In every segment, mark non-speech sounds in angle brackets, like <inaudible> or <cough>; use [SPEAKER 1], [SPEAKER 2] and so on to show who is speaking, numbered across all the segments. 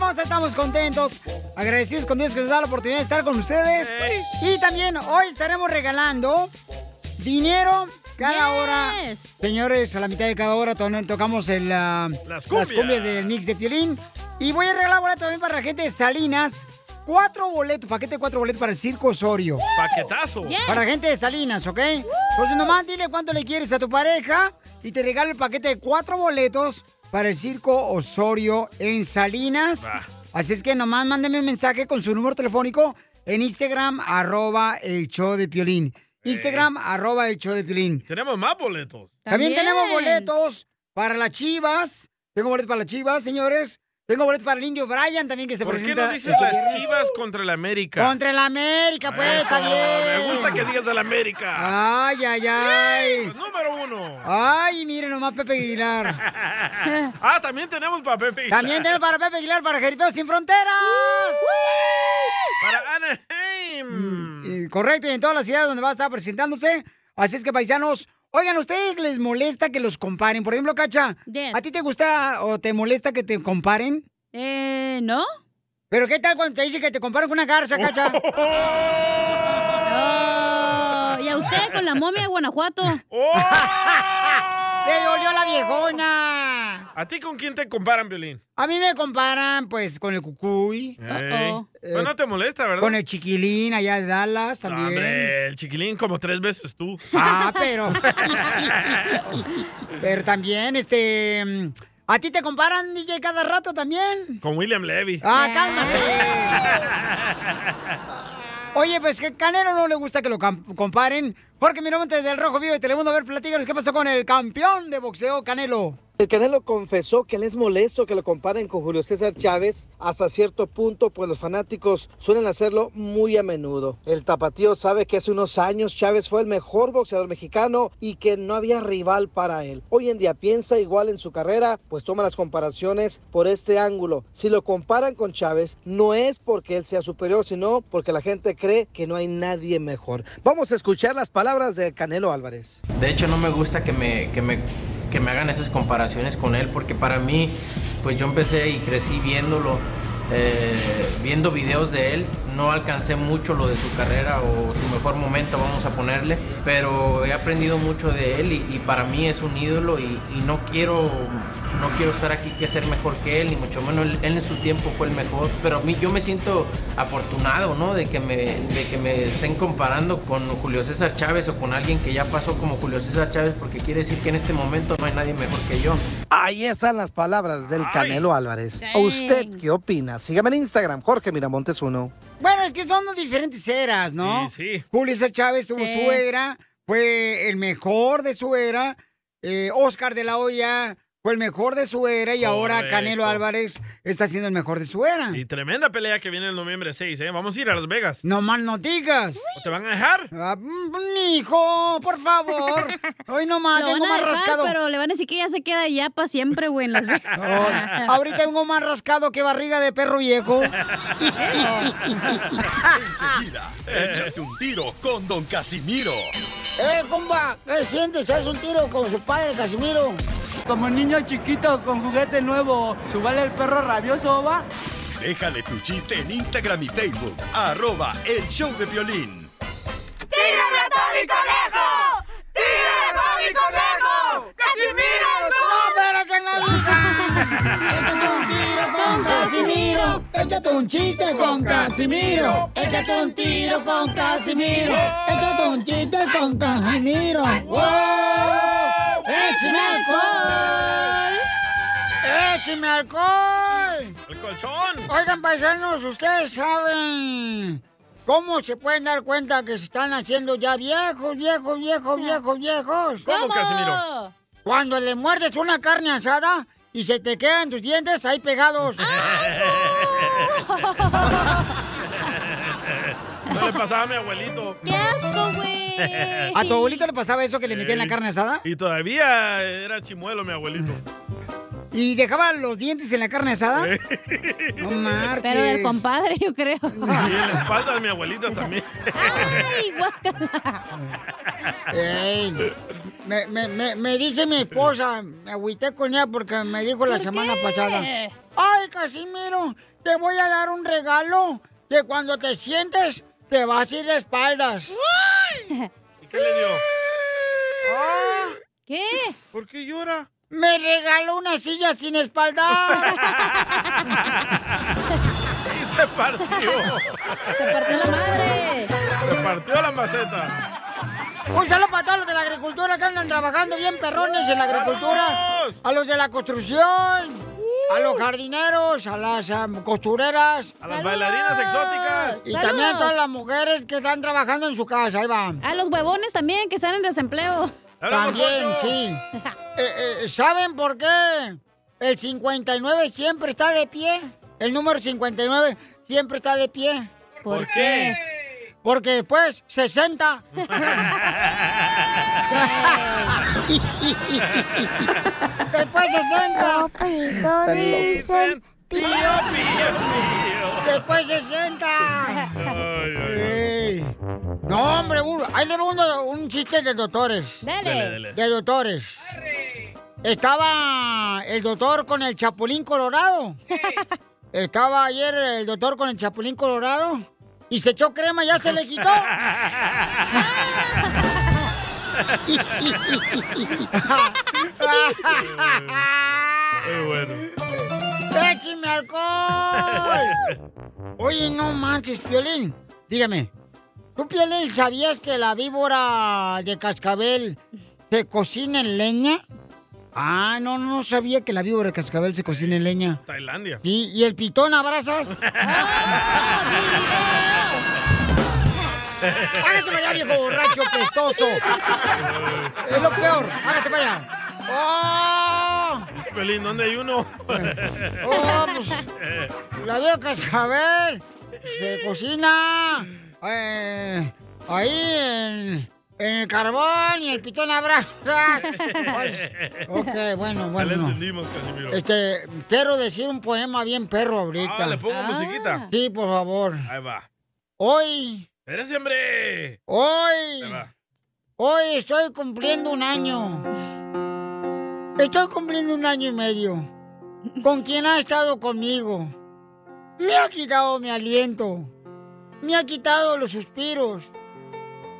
[SPEAKER 1] raza, estamos contentos, agradecidos con Dios que nos da la oportunidad de estar con ustedes. Y también hoy estaremos regalando dinero cada
[SPEAKER 2] Yes.
[SPEAKER 1] hora. Señores, a la mitad de cada hora to- tocamos el, ah,
[SPEAKER 2] Las cumbias.
[SPEAKER 1] del mix de Piolín. Y voy a regalar boletos también para la gente de Salinas. Cuatro boletos, paquete de cuatro boletos para el Circo Osorio.
[SPEAKER 3] Paquetazo.
[SPEAKER 1] Para gente de Salinas, ¿ok? Entonces nomás dile cuánto le quieres a tu pareja y te regalo el paquete de cuatro boletos para el Circo Osorio en Salinas.
[SPEAKER 2] Ah.
[SPEAKER 1] Así es que nomás mándeme un mensaje con su número telefónico en Instagram, arroba el show de Piolín. Instagram, arroba el show de Piolín.
[SPEAKER 3] Tenemos más boletos.
[SPEAKER 1] También. tenemos boletos para las chivas. Tengo boletos para las chivas, señores. Tengo boletos para el Indio Brian también que se
[SPEAKER 3] ¿Por qué
[SPEAKER 1] presenta.
[SPEAKER 3] no dices
[SPEAKER 1] este
[SPEAKER 3] las
[SPEAKER 1] viernes.
[SPEAKER 3] chivas contra el América?
[SPEAKER 1] Contra el América, pues,
[SPEAKER 3] Eso,
[SPEAKER 1] está bien.
[SPEAKER 3] Me gusta que digas del América. pues
[SPEAKER 1] Ay, ay, ay.
[SPEAKER 3] Número
[SPEAKER 1] <laughs>
[SPEAKER 3] uno.
[SPEAKER 1] Ay, miren nomás Pepe Aguilar.
[SPEAKER 3] <laughs> ah, también tenemos para Pepe. Aguilar.
[SPEAKER 1] También tenemos para Pepe Aguilar, para Jeripeo Sin Fronteras.
[SPEAKER 3] Para Anaheim.
[SPEAKER 1] Eh, Correcto, y en todas las ciudades donde va a estar presentándose. Así es que, paisanos, oigan, ¿a ustedes les molesta que los comparen? Por ejemplo, Cacha, ¿a ti te gusta o te molesta que te comparen? Eh, ¿no? ¿Pero qué tal cuando te dicen que te comparan con una garza, Cacha?
[SPEAKER 2] y a usted con la momia de Guanajuato.
[SPEAKER 3] Oh.
[SPEAKER 1] <laughs> ¡Le dolió la viejona!
[SPEAKER 3] ¿A ti con quién te comparan, Violín?
[SPEAKER 1] A mí me comparan, pues, con el cucuy.
[SPEAKER 3] Ey. Pero no te molesta, ¿verdad?
[SPEAKER 1] Con el chiquilín allá de Dallas también.
[SPEAKER 3] Hombre, el chiquilín como tres veces tú.
[SPEAKER 1] Ah, pero. pero también, este. mm, ¿A ti te comparan, DJ, cada rato también?
[SPEAKER 3] <laughs> Con William Levy.
[SPEAKER 1] Ah, Oye, pues que Canelo no le gusta que lo cam- comparen. Jorge Miramontes del Rojo Vivo de Telemundo, a ver, platícanos qué pasó con el campeón de boxeo, Canelo.
[SPEAKER 4] El Canelo confesó que le es molesto que lo comparen con Julio César Chávez hasta cierto punto, pues los fanáticos suelen hacerlo muy a menudo. El tapatío sabe que hace unos años Chávez fue el mejor boxeador mexicano y que no había rival para él. Hoy en día piensa igual en su carrera, pues toma las comparaciones por este ángulo. Si lo comparan con Chávez, no es porque él sea superior, sino porque la gente cree que no hay nadie mejor. Vamos a escuchar las palabras de Canelo Álvarez.
[SPEAKER 5] De hecho, no me gusta que me, que me, que me hagan esas comparaciones con él, porque para mí, pues yo empecé y crecí viéndolo, eh, viendo videos de él. No alcancé mucho lo de su carrera o su mejor momento, vamos a ponerle, pero he aprendido mucho de él y, y para mí es un ídolo y, y no quiero... No quiero estar aquí que ser mejor que él, ni mucho menos él, él en su tiempo fue el mejor, pero a mí yo me siento afortunado, ¿no? De que me, de que me estén comparando con Julio César Chávez o con alguien que ya pasó como Julio César Chávez, porque quiere decir que en este momento no hay nadie mejor que yo.
[SPEAKER 4] Ahí están las palabras del Canelo Álvarez. ¿A ¿Usted qué opina? Sígame en Instagram, Jorge Miramontes 1.
[SPEAKER 1] Bueno, es que son dos diferentes eras, ¿no?
[SPEAKER 3] Sí, sí.
[SPEAKER 1] Julio César Chávez tuvo
[SPEAKER 4] Sí.
[SPEAKER 1] su era, fue el mejor de su era. Eh, Oscar de la Hoya fue el mejor de su era y ahora
[SPEAKER 3] Correcto.
[SPEAKER 1] Canelo Álvarez está siendo el mejor de su era.
[SPEAKER 3] Y tremenda pelea que viene el noviembre 6, ¿eh? Vamos a ir a Las Vegas.
[SPEAKER 1] No mal no digas. Ah, mm.
[SPEAKER 3] ¿Te van
[SPEAKER 1] <laughs>
[SPEAKER 3] a dejar?
[SPEAKER 1] Mijo, por favor. Hoy no más,
[SPEAKER 2] Lo
[SPEAKER 1] tengo
[SPEAKER 2] van a
[SPEAKER 1] más
[SPEAKER 2] dejar,
[SPEAKER 1] rascado.
[SPEAKER 2] Pero le van a decir que ya se queda ya para siempre, güey, en
[SPEAKER 1] <laughs>
[SPEAKER 2] Las Vegas.
[SPEAKER 1] Ay, ahorita tengo más rascado que barriga de perro viejo.
[SPEAKER 6] Enseguida, échate un tiro con Don Casimiro.
[SPEAKER 1] ¡Eh, comba! ¿Qué sientes? ¿Haz un tiro con su padre, Casimiro? Como niño chiquito con juguete nuevo, ¿subale el perro rabioso, va?
[SPEAKER 6] Déjale tu chiste en Instagram y Facebook, arroba el show de violín.
[SPEAKER 2] ¡Tira ratón y conejo!
[SPEAKER 6] ¡Tira ratón y conejo!
[SPEAKER 1] ¡Casimiro! ¡No, espérate, no digas! ¡Échate un tiro con Casimiro! ¡Échate un chiste con Casimiro! ¡Échate un tiro con Casimiro! ¡Échate un chiste con Casimiro! ¡Wow! ¡Échame <laughs> alcohol! ¡Échame alcohol!
[SPEAKER 3] ¡El colchón!
[SPEAKER 1] Oigan, paisanos, ¿ustedes saben cómo se pueden dar cuenta que se están haciendo ya viejos, viejos, viejos, viejos, viejos?
[SPEAKER 2] ¿Cómo, Casimiro?
[SPEAKER 7] Ah,
[SPEAKER 1] Cuando le muerdes una carne asada y se te quedan tus dientes ahí pegados.
[SPEAKER 3] <laughs> No le pasaba a mi abuelito.
[SPEAKER 2] ¡Qué asco, güey!
[SPEAKER 1] ¿A tu abuelito le pasaba eso que le metían la carne asada?
[SPEAKER 3] Y todavía era chimuelo mi abuelito.
[SPEAKER 1] ¿Y dejaba los dientes en la carne asada? No marches.
[SPEAKER 2] Pero del compadre, yo
[SPEAKER 1] <laughs>
[SPEAKER 2] creo.
[SPEAKER 3] Y en la espalda de mi abuelita también.
[SPEAKER 2] ¡Ay, guácala!
[SPEAKER 1] Ey. Me, me, me, me dice mi esposa, me agüité con ella porque me dijo la semana pasada. Ay, Casimiro, te voy a dar un regalo que cuando te sientes te vas a ir de espaldas.
[SPEAKER 3] ¿Y qué le dio?
[SPEAKER 2] ¿Qué?
[SPEAKER 3] ¿Por qué llora?
[SPEAKER 1] Ah. Me regaló una silla sin
[SPEAKER 3] <laughs>
[SPEAKER 2] <laughs>
[SPEAKER 1] espalda.
[SPEAKER 3] Y se partió.
[SPEAKER 2] ¡Te partió la madre!
[SPEAKER 3] Se partió la maceta.
[SPEAKER 1] Un saludo para todos los de la agricultura que andan trabajando bien perrones en la agricultura.
[SPEAKER 3] ¡Vamos!
[SPEAKER 1] A los de la construcción,
[SPEAKER 2] ¡Uh!
[SPEAKER 1] a los jardineros, a las am, costureras.
[SPEAKER 3] A las bailarinas exóticas.
[SPEAKER 1] Y
[SPEAKER 2] ¡Saludos!
[SPEAKER 1] también a todas las mujeres que están trabajando en su casa, ahí van.
[SPEAKER 2] A los huevones también que están en desempleo.
[SPEAKER 3] Ahora, don
[SPEAKER 1] También,
[SPEAKER 3] Poncho.
[SPEAKER 1] sí. <laughs> Eh, eh, ¿Saben por qué el 59 siempre está de pie? El número 59 siempre está de pie.
[SPEAKER 3] ¿Por qué?
[SPEAKER 1] Porque después 60. después 60.
[SPEAKER 7] Pito dicen,
[SPEAKER 3] Pío, pío,
[SPEAKER 1] Después 60.
[SPEAKER 3] pío. Ay, ay, ay.
[SPEAKER 1] Ey. No, hombre, un- ahí le va uno- un chiste de doctores.
[SPEAKER 3] Dele,
[SPEAKER 2] Dale.
[SPEAKER 3] dele.
[SPEAKER 1] de doctores. Estaba el doctor con el Chapulín Colorado. Estaba ayer el doctor con el Chapulín Colorado y se echó crema, ya se le quitó.
[SPEAKER 3] Muy bueno.
[SPEAKER 1] ¡Écheme alcohol! Oye, no manches, Piolín. Dígame, ¿tú, Piolín, sabías que la víbora de cascabel se cocina en leña? Ah, no, no sabía que la víbora de cascabel se cocina en leña.
[SPEAKER 3] Tailandia.
[SPEAKER 1] Sí, ¿y el pitón abrazas? Ah, ¡Hágase para allá, viejo borracho pestoso! Es lo peor, hágase para allá. ¡Oh!
[SPEAKER 3] Dice Pelín, ¿dónde
[SPEAKER 1] <laughs>
[SPEAKER 3] hay uno? pues.
[SPEAKER 1] ¡Oh, pues! <laughs> La veo cascabel. Se cocina. eh, ahí en, en el carbón y el pitón abraza. Pues, ok, bueno,
[SPEAKER 3] Ya le
[SPEAKER 1] bueno. no.
[SPEAKER 3] entendimos, Casimiro.
[SPEAKER 1] Este, quiero decir un poema bien perro
[SPEAKER 3] Ah, le
[SPEAKER 1] ahorita.
[SPEAKER 3] pongo
[SPEAKER 2] Ah.
[SPEAKER 3] musiquita.
[SPEAKER 1] Sí, por favor.
[SPEAKER 3] Ahí va.
[SPEAKER 1] Hoy,
[SPEAKER 3] ¡Eres hombre!
[SPEAKER 1] hoy.
[SPEAKER 3] Ahí va.
[SPEAKER 1] Hoy estoy cumpliendo un año. Estoy cumpliendo un año y medio. Con quien ha estado conmigo. Me ha quitado mi aliento. Me ha quitado los suspiros.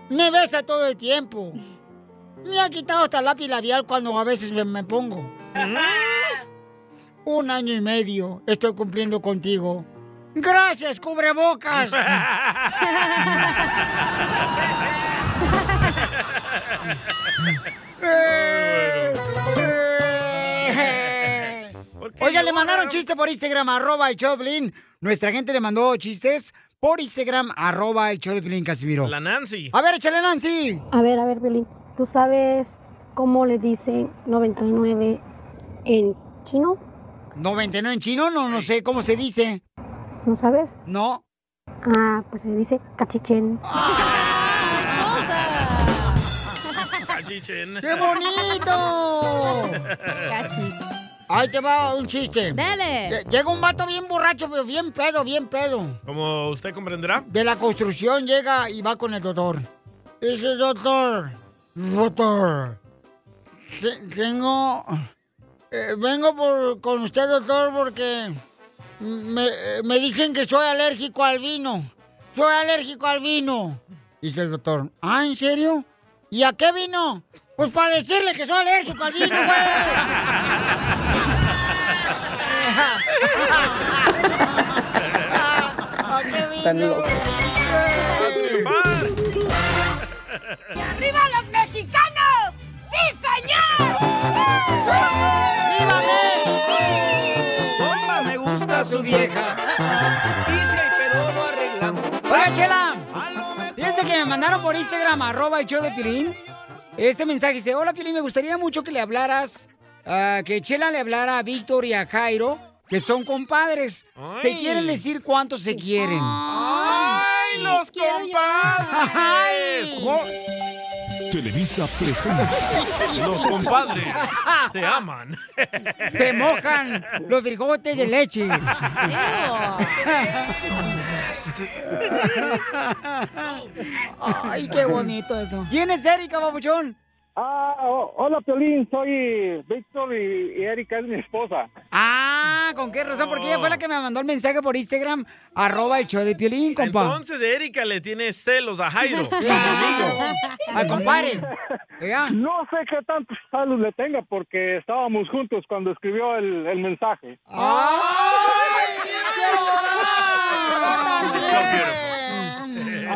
[SPEAKER 1] Me besa todo el tiempo. Me ha quitado hasta el lápiz labial cuando a veces me, me pongo. Un año y medio estoy cumpliendo contigo. Gracias, cubrebocas. Eh,
[SPEAKER 3] ¿Por qué
[SPEAKER 1] Oiga, le
[SPEAKER 3] llora?
[SPEAKER 1] mandaron chiste por Instagram, arroba el Choplin. Nuestra gente le mandó chistes por Instagram, arroba el Choplin Casimiro.
[SPEAKER 3] La Nancy.
[SPEAKER 1] A ver, échale Nancy.
[SPEAKER 7] A ver, a ver, Violín, ¿tú sabes cómo le dicen 99 en chino?
[SPEAKER 1] 99 en chino, no, no sé cómo se dice.
[SPEAKER 7] ¿No sabes?
[SPEAKER 1] No.
[SPEAKER 7] Ah, pues se dice cachichén.
[SPEAKER 3] Cachichen.
[SPEAKER 1] ¡Qué
[SPEAKER 2] <laughs>
[SPEAKER 1] bonito!
[SPEAKER 2] Cachi.
[SPEAKER 1] Ahí te va un chiste.
[SPEAKER 2] Dale.
[SPEAKER 1] Lle- Llega un vato bien borracho, pero bien pedo, bien pedo.
[SPEAKER 3] Como usted comprenderá.
[SPEAKER 1] de la construcción llega y va con el doctor. Dice, doctor, doctor, te- tengo, eh, vengo por, con usted, doctor, porque me, eh, me dicen que soy alérgico al vino. Soy alérgico al vino. Dice el doctor, ¿ah, en serio? ¿Y a qué vino? Pues para decirle que soy alérgico al vino, güey. ¿A qué vino?
[SPEAKER 3] ¡Triunfar!
[SPEAKER 2] ¡Arriba los mexicanos! ¡Sí, señor!
[SPEAKER 1] ¡Viva México!
[SPEAKER 8] <laughs> me gusta su vieja. Dice, pero lo arreglamos.
[SPEAKER 1] Hola, Chela.
[SPEAKER 8] A lo mejor
[SPEAKER 1] Fíjense que me mandaron por Instagram, arroba el show de Pilín. Este mensaje dice, hola Pilín, me gustaría mucho que le hablaras, ah, que Chela le hablara a Víctor y a Jairo, que son compadres. Te
[SPEAKER 3] Ay.
[SPEAKER 1] quieren decir cuánto se quieren.
[SPEAKER 3] ¡Ay, los
[SPEAKER 2] Quiero
[SPEAKER 3] compadres!
[SPEAKER 1] Ay.
[SPEAKER 6] Televisa presenta.
[SPEAKER 3] Los compadres te aman.
[SPEAKER 1] Te mojan los frijoles de leche. Ay, qué bonito eso. ¿Quién es Erika, babuchón?
[SPEAKER 9] Ah, ho- hola, Piolín, soy Víctor y, y Erika es mi esposa.
[SPEAKER 1] Ah, ¿con qué razón? Porque ella fue la que me mandó el mensaje por Instagram, arroba el show de Piolín, compa.
[SPEAKER 3] Entonces Erika le tiene celos a Jairo.
[SPEAKER 1] <laughs> Al
[SPEAKER 9] <laughs>
[SPEAKER 1] compadre.
[SPEAKER 9] No sé qué <laughs> tantos saludos le tenga porque estábamos juntos cuando escribió el, el mensaje.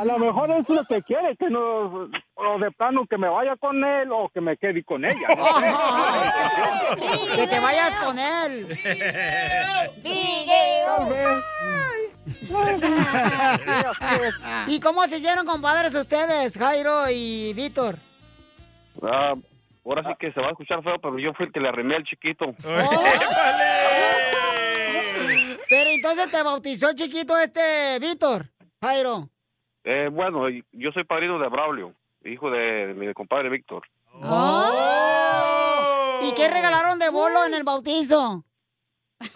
[SPEAKER 9] A lo mejor es lo que quiere, que no, o de plano que me vaya con él o que me quede con ella.
[SPEAKER 1] Que te vayas con él. ¿Y cómo se hicieron compadres ustedes, Jairo y Víctor?
[SPEAKER 10] Ah, ahora sí que se va a escuchar feo, pero yo fui el que le arrimé al chiquito.
[SPEAKER 9] Oh.
[SPEAKER 1] Pero entonces te bautizó el chiquito este Víctor, Jairo.
[SPEAKER 10] Eh, bueno, y- yo soy padrino de Braulio, hijo de, mi compadre Víctor.
[SPEAKER 1] ¿Y qué regalaron de bolo en el bautizo?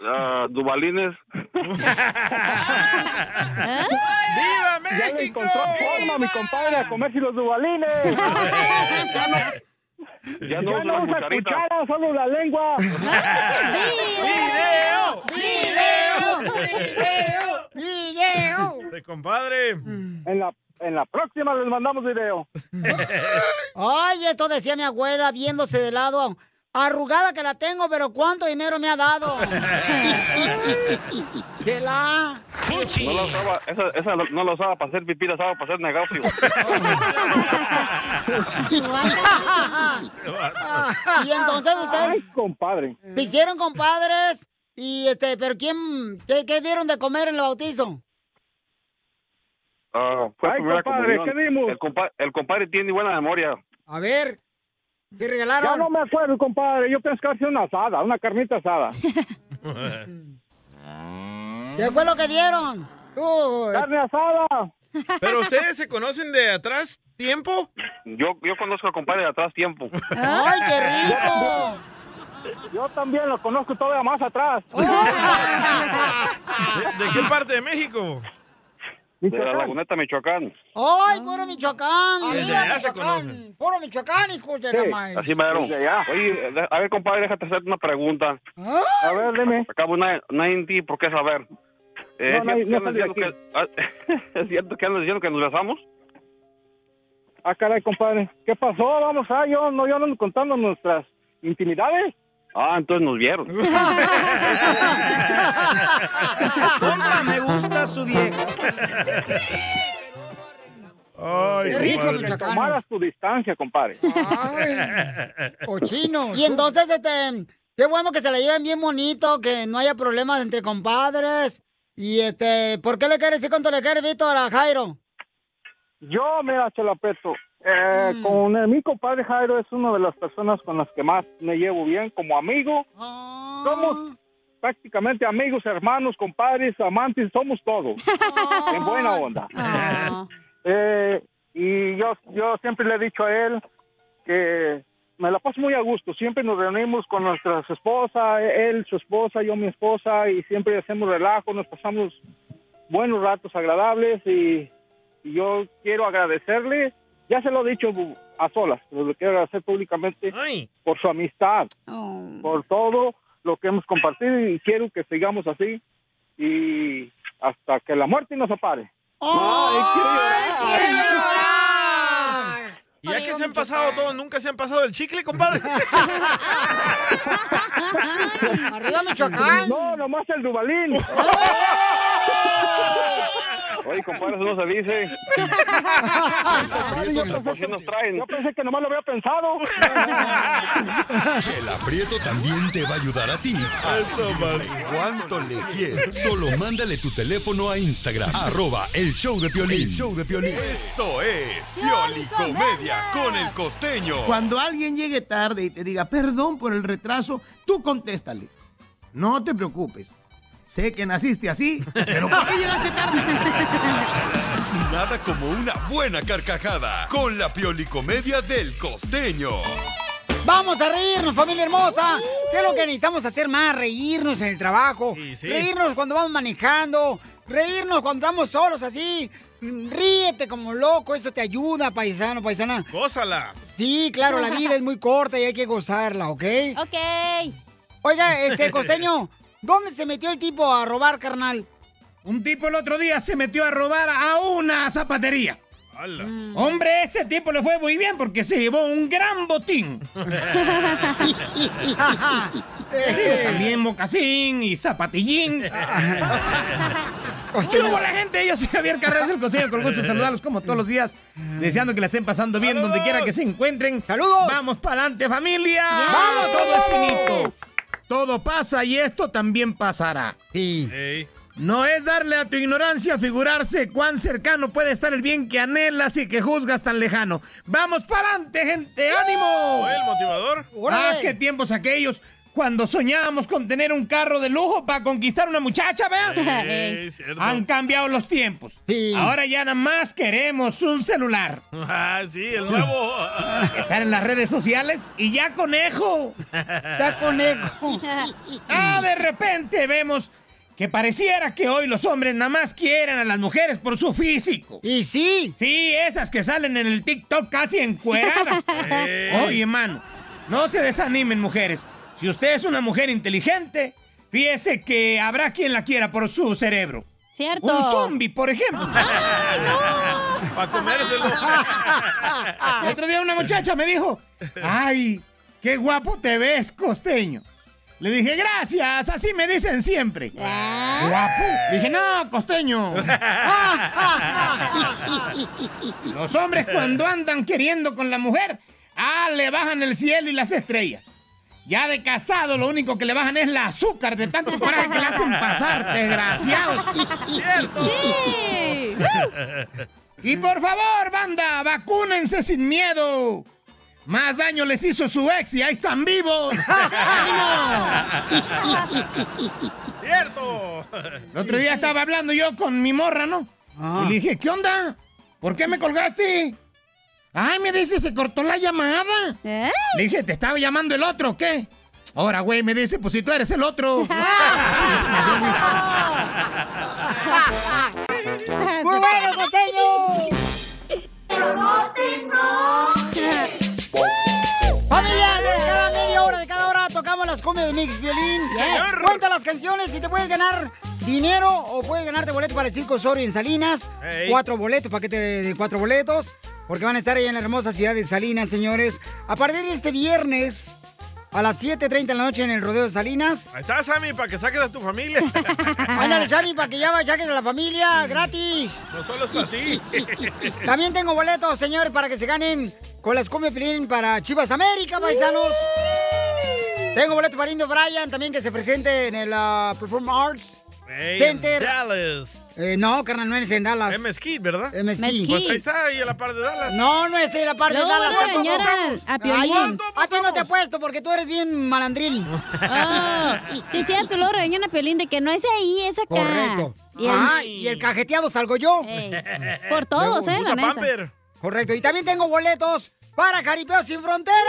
[SPEAKER 10] Ah, Dubalines.
[SPEAKER 9] ¡Viva México! Ya le encontró forma mi compadre a comerse los dubalines.
[SPEAKER 10] ya
[SPEAKER 9] ya no, no,
[SPEAKER 10] usa la
[SPEAKER 9] usa
[SPEAKER 10] cucharita.
[SPEAKER 9] cuchara, solo la lengua.
[SPEAKER 1] <laughs> ¡Video!
[SPEAKER 9] ¡Video!
[SPEAKER 1] ¡Video!
[SPEAKER 9] De compadre. En la, en la próxima les
[SPEAKER 1] <laughs>
[SPEAKER 9] mandamos video.
[SPEAKER 1] Ay, esto decía mi abuela viéndose de lado. Arrugada que la tengo, pero ¿cuánto dinero me ha dado? ¡De la!
[SPEAKER 10] No la usaba, esa, esa no la usaba para hacer pipí, la usaba para hacer negocio.
[SPEAKER 1] y entonces ustedes
[SPEAKER 9] Ay, compadre.
[SPEAKER 1] se hicieron compadres. Y este, pero ¿quién, qué, qué dieron de comer en el bautizo?
[SPEAKER 10] Ah, fue
[SPEAKER 9] Ay,
[SPEAKER 10] primera
[SPEAKER 9] compadre,
[SPEAKER 10] comunión.
[SPEAKER 9] ¿qué dimos?
[SPEAKER 10] El, compa- el compadre tiene buena memoria.
[SPEAKER 1] A ver, ¿qué regalaron?
[SPEAKER 9] Ya no me acuerdo, compadre. Yo pienso que hace una asada, una carnita asada.
[SPEAKER 1] ¿Qué fue lo que dieron?
[SPEAKER 9] ¡Carne asada!
[SPEAKER 3] ¿Pero ustedes se conocen de atrás tiempo? Ah.
[SPEAKER 10] Yo, yo conozco al compadre de atrás tiempo.
[SPEAKER 1] <laughs> ¡Ay, qué rico!
[SPEAKER 9] Yo también lo conozco todavía más atrás.
[SPEAKER 1] Oh.
[SPEAKER 3] ¿De, de qué parte de México?
[SPEAKER 10] De la Laguneta, Michoacán.
[SPEAKER 1] ¡Ay, puro Michoacán!
[SPEAKER 10] Desde
[SPEAKER 1] ¡Viva
[SPEAKER 10] allá se
[SPEAKER 1] Michoacán! ¡Puro Michoacán, hijos de la madre!
[SPEAKER 10] Así me dieron. Oye, de- a ver, compadre, déjate hacer una pregunta.
[SPEAKER 1] A
[SPEAKER 9] ver, dime.
[SPEAKER 10] Acabo nadie, nadie en ti, ¿por qué saber? Eh,
[SPEAKER 9] No, nadie-
[SPEAKER 10] ¿es, cierto
[SPEAKER 9] no
[SPEAKER 10] que andas
[SPEAKER 9] soy
[SPEAKER 10] diciendo
[SPEAKER 11] ah, <laughs>
[SPEAKER 10] que- ¿Es cierto que andas diciendo que nos besamos?
[SPEAKER 9] Ah, caray, compadre. ¿Qué pasó? Vamos, ah, yo no, yo no contando nuestras intimidades.
[SPEAKER 10] Ah, entonces nos vieron.
[SPEAKER 8] Compa, me gusta su vieja.
[SPEAKER 9] Ay,
[SPEAKER 1] Qué rico, compadre. Michoacán.
[SPEAKER 9] Tomaras tu distancia, compadre.
[SPEAKER 1] Oh, ¡Cochino! Y entonces, este, qué bueno que se la lleven bien bonito, que no haya problemas entre compadres. Y este, ¿por qué le quieres decir cuánto le quieres, Víctor, a Jairo?
[SPEAKER 9] Yo, mira, te lo apeto. Eh, Con mi compadre Jairo es una de las personas con las que más me llevo bien como amigo. Somos prácticamente amigos, hermanos, compadres, amantes, somos todos. en buena onda. <laughs> Eh, y yo, yo siempre le he dicho a él que me la paso muy a gusto. Siempre nos reunimos con nuestras esposas, él, su esposa, yo, mi esposa, y siempre hacemos relajo, nos pasamos buenos ratos agradables y, y yo quiero agradecerle, ya se lo he dicho bu- a solas, pero lo quiero agradecer públicamente por su amistad, por todo lo que hemos compartido y quiero que sigamos así y hasta que la muerte nos apare.
[SPEAKER 3] Y ya que se han pasado todo, nunca se han pasado el chicle, compadre.
[SPEAKER 1] <laughs> ¡Arriba Michoacán! ¡Oh!
[SPEAKER 9] No, nomás el Dubalín.
[SPEAKER 10] Oye, compadre, eso no se dice.
[SPEAKER 9] yo, pensé, yo pensé que nomás lo había pensado.
[SPEAKER 6] Chela Prieto también te va a ayudar a ti. a decirle ¿Cuánto le quieres? Solo mándale tu teléfono a Instagram. Arroba el show de Piolín.
[SPEAKER 12] El
[SPEAKER 6] Esto es Piolicomedia con el costeño.
[SPEAKER 12] Cuando alguien llegue tarde y te diga perdón por el retraso, tú contéstale. No te preocupes. Sé que naciste así, pero ¿por qué llegaste
[SPEAKER 6] <laughs> Nada como una buena carcajada con la Piolicomedia del costeño.
[SPEAKER 1] Vamos a reírnos, familia hermosa. ¿Qué es lo que necesitamos hacer más? Reírnos en el trabajo.
[SPEAKER 6] sí.
[SPEAKER 1] Reírnos cuando vamos manejando. Reírnos cuando estamos solos así. Ríete como loco, eso te ayuda, paisano, paisana.
[SPEAKER 3] Gózala.
[SPEAKER 1] Sí, claro, la vida es muy corta y hay que gozarla, ¿ok?
[SPEAKER 2] Ok.
[SPEAKER 1] Oiga, este costeño, ¿dónde se metió el tipo a robar, carnal?
[SPEAKER 12] Un tipo el otro día se metió a robar a una zapatería. Hombre, ese tipo le fue muy bien porque se llevó un gran botín. Digo, <laughs> también mocasín y <laughs> zapatillín. ¿Qué hubo la gente? Yo soy Javier Carreras, el consejo con el gusto de saludarlos como todos los días, deseando que la estén pasando bien donde quiera que se encuentren. Mm. ¡Saludos! ¡Vamos para adelante, familia! ¡Vamos! Todo es finito. Todo pasa y esto también pasará. Sí. No es darle a tu ignorancia figurarse cuán cercano puede estar el bien que anhelas y que juzgas tan lejano. ¡Vamos para adelante, gente! ¡Ánimo!
[SPEAKER 3] ¿El motivador?
[SPEAKER 12] ¡Ah, qué tiempos aquellos! Cuando soñábamos con tener un carro de lujo para conquistar una muchacha, ¿verdad?
[SPEAKER 3] Ey, cierto.
[SPEAKER 12] Han cambiado los tiempos. Ahora ya nada más queremos un celular.
[SPEAKER 3] Ah, sí, el nuevo.
[SPEAKER 12] Estar en las redes sociales y ya conejo. Ya conejo. Ah, de repente vemos que pareciera que hoy los hombres nada más quieren a las mujeres por su físico.
[SPEAKER 1] Y sí.
[SPEAKER 12] Sí, esas que salen en el TikTok casi encueradas. Oye, mano, no se desanimen, mujeres. Si usted es una mujer inteligente, fíjese que habrá quien la quiera por su cerebro.
[SPEAKER 2] Cierto.
[SPEAKER 12] Un zombie, por ejemplo.
[SPEAKER 2] ¡Ay, no!
[SPEAKER 3] Para comérselo.
[SPEAKER 12] El otro día una muchacha me dijo, ay, qué guapo te ves, costeño. Le dije, gracias, así me dicen siempre. Guapo. Dije, no, costeño. Los hombres cuando andan queriendo con la mujer, ah, le bajan el cielo y las estrellas. Ya de casado lo único que le bajan es la azúcar de tanto coraje que le hacen pasar, desgraciados.
[SPEAKER 2] Sí.
[SPEAKER 12] Y por favor, banda, vacúnense sin miedo. Más daño les hizo su ex y ahí están vivos. ¡Ánimo!
[SPEAKER 3] ¡Cierto!
[SPEAKER 12] El otro día estaba hablando yo con mi morra, ¿no? Y le dije, ¿qué onda? ¿Por qué me colgaste? Ay, me dice, se cortó la llamada.
[SPEAKER 2] Eh.
[SPEAKER 12] Le dije, ¿te estaba llamando el otro o qué? Ahora, güey, me dice, pues si tú eres el otro. Así es, me había olvidado.
[SPEAKER 1] ¡Muy bueno, costeño!
[SPEAKER 2] Pero no te
[SPEAKER 1] ¡Familia! De cada media hora, de cada hora tocamos las cumbias de Mix Violín.
[SPEAKER 2] Señor.
[SPEAKER 1] Cuenta las canciones y te puedes ganar dinero o puedes ganarte boletos para el Circo Osorio en Salinas.
[SPEAKER 2] Ey.
[SPEAKER 1] Cuatro boletos, paquete de cuatro boletos. Porque van a estar ahí en la hermosa ciudad de Salinas, señores. A partir de este viernes a las 7.30 de la noche en el Rodeo de Salinas.
[SPEAKER 3] Ahí está, Sammy, para que saques a tu familia.
[SPEAKER 1] Ándale, Sammy, para que ya vayas a la familia, gratis.
[SPEAKER 3] No solo es para ti.
[SPEAKER 1] También tengo boletos, señores, para que se ganen con las Cumbia Pilín para Chivas América, paisanos. Tengo boletos para Lindo Brian también que se presente en el ah, Perform Arts
[SPEAKER 3] Ey,
[SPEAKER 1] Center.
[SPEAKER 3] Dallas.
[SPEAKER 1] Eh, no, carnal, no eres en Dallas.
[SPEAKER 3] Es Mesquite, ¿verdad?
[SPEAKER 1] Es Mesquite. Mesquite.
[SPEAKER 3] Pues ahí está, ahí a la par de Dallas.
[SPEAKER 1] No, no estoy en la parte de
[SPEAKER 3] Luego
[SPEAKER 1] Dallas.
[SPEAKER 3] van a
[SPEAKER 1] tampoco,
[SPEAKER 3] dañar
[SPEAKER 1] Carlos.
[SPEAKER 2] a- a Piolín.
[SPEAKER 1] Ay, A ti no te apuesto porque tú eres bien malandril.
[SPEAKER 2] Ah, sí, es cierto, luego regañan a Piolín de que no es ahí, es acá.
[SPEAKER 1] Correcto.
[SPEAKER 2] Y el-
[SPEAKER 1] ah, y el cajeteado salgo yo.
[SPEAKER 3] <laughs>
[SPEAKER 2] Por todos, ¿eh? La neta.
[SPEAKER 1] Correcto. Y también tengo boletos para Caripeos sin Fronteras.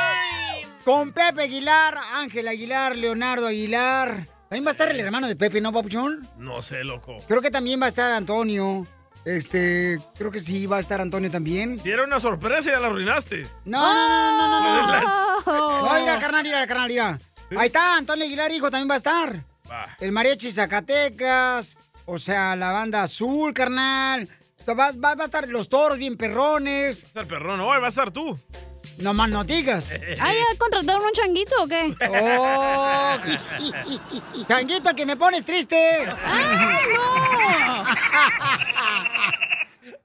[SPEAKER 2] <laughs>
[SPEAKER 1] Con Pepe Aguilar, Ángel Aguilar, Leonardo Aguilar. También va a estar el hermano de Pepe, ¿no, Papuchón?
[SPEAKER 3] No sé, loco.
[SPEAKER 1] Creo que también va a estar Antonio. Este, creo que sí, va a estar Antonio también.
[SPEAKER 3] Si era una sorpresa, ya la arruinaste.
[SPEAKER 1] No, no, no, no, <laughs> no,
[SPEAKER 2] no.
[SPEAKER 1] No, mira, carnal, mira, carnal, mira. Ahí está, Antonio Aguilar, hijo, también va a estar.
[SPEAKER 3] Va.
[SPEAKER 1] El mariachi Zacatecas, o sea, la banda azul, carnal. O sea, va, va- va a estar los toros bien perrones.
[SPEAKER 3] Va a estar perrón hoy, va a estar tú.
[SPEAKER 1] No más no digas.
[SPEAKER 2] <laughs> ¿Ay, ya contrataron un changuito o qué? <laughs>
[SPEAKER 1] ¡Oh! ¡Changuito, que me pones triste! <laughs>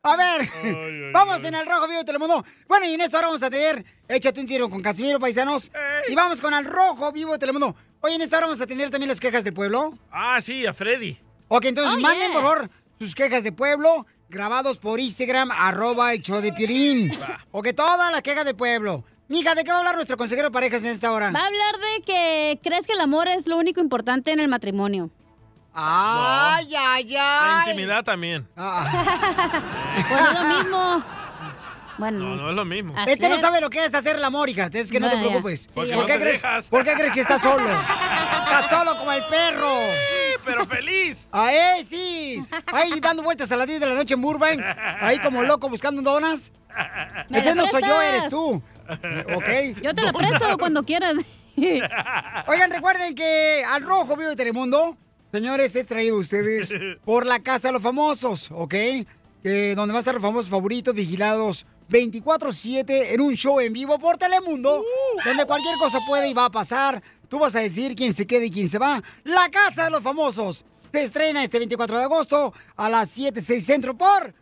[SPEAKER 1] A ver, <laughs> vamos en el Rojo Vivo de Telemundo. Bueno, y en esto ahora vamos a tener Échate un tiro con Casimiro, paisanos. Y vamos con el Rojo Vivo de Telemundo. Oye, en esto ahora vamos a tener también las quejas del pueblo.
[SPEAKER 3] Ah, sí, a Freddy.
[SPEAKER 1] Ok, entonces
[SPEAKER 3] Oh,
[SPEAKER 1] manden,
[SPEAKER 3] yes.
[SPEAKER 1] por favor, sus quejas de pueblo grabados por Instagram, arroba el show de Piolín. Ok, todas las quejas de pueblo. Mija, ¿de qué va a hablar nuestro consejero de parejas en esta hora?
[SPEAKER 2] Va a hablar de que crees que el amor es lo único importante en el matrimonio.
[SPEAKER 1] ¡Ay, ay,
[SPEAKER 3] La
[SPEAKER 1] ay! Ah.
[SPEAKER 3] intimidad también.
[SPEAKER 2] Pues es lo mismo. Bueno.
[SPEAKER 3] No, no es lo mismo.
[SPEAKER 1] Este no sabe lo que es hacer la mórica, es que no,
[SPEAKER 2] ¿Ah, No,
[SPEAKER 1] te
[SPEAKER 2] ya.
[SPEAKER 1] preocupes.
[SPEAKER 2] Sí, Porque ya.
[SPEAKER 1] ¿Por,
[SPEAKER 2] no
[SPEAKER 1] qué
[SPEAKER 2] te
[SPEAKER 1] crees,
[SPEAKER 2] dejas.
[SPEAKER 1] por qué
[SPEAKER 2] <laughs>
[SPEAKER 1] crees que está solo? Está solo como el perro.
[SPEAKER 3] pero feliz.
[SPEAKER 1] A él sí. ahí, ahí dando vueltas a las 10 de la noche en Burbank, ahí como loco buscando donas.
[SPEAKER 2] ¿Me
[SPEAKER 1] Ese
[SPEAKER 2] la
[SPEAKER 1] no soy yo,
[SPEAKER 2] prestas?
[SPEAKER 1] eres
[SPEAKER 3] <laughs>
[SPEAKER 1] tú. ¿Ok?
[SPEAKER 2] Yo te la presto cuando quieras.
[SPEAKER 1] <laughs> Oigan, recuerden que al Rojo Vivo de Telemundo, señores, es traído a
[SPEAKER 2] <laughs>
[SPEAKER 1] ustedes por la Casa de los Famosos, ¿ok? Eh, donde van a estar los famosos favoritos vigilados 24-7 en un show en vivo por Telemundo,
[SPEAKER 2] Uh.
[SPEAKER 1] donde cualquier cosa puede y va a pasar. Tú vas a decir quién se queda y quién se va. La Casa de los Famosos se estrena este 24 de agosto a las 7, 6 Centro por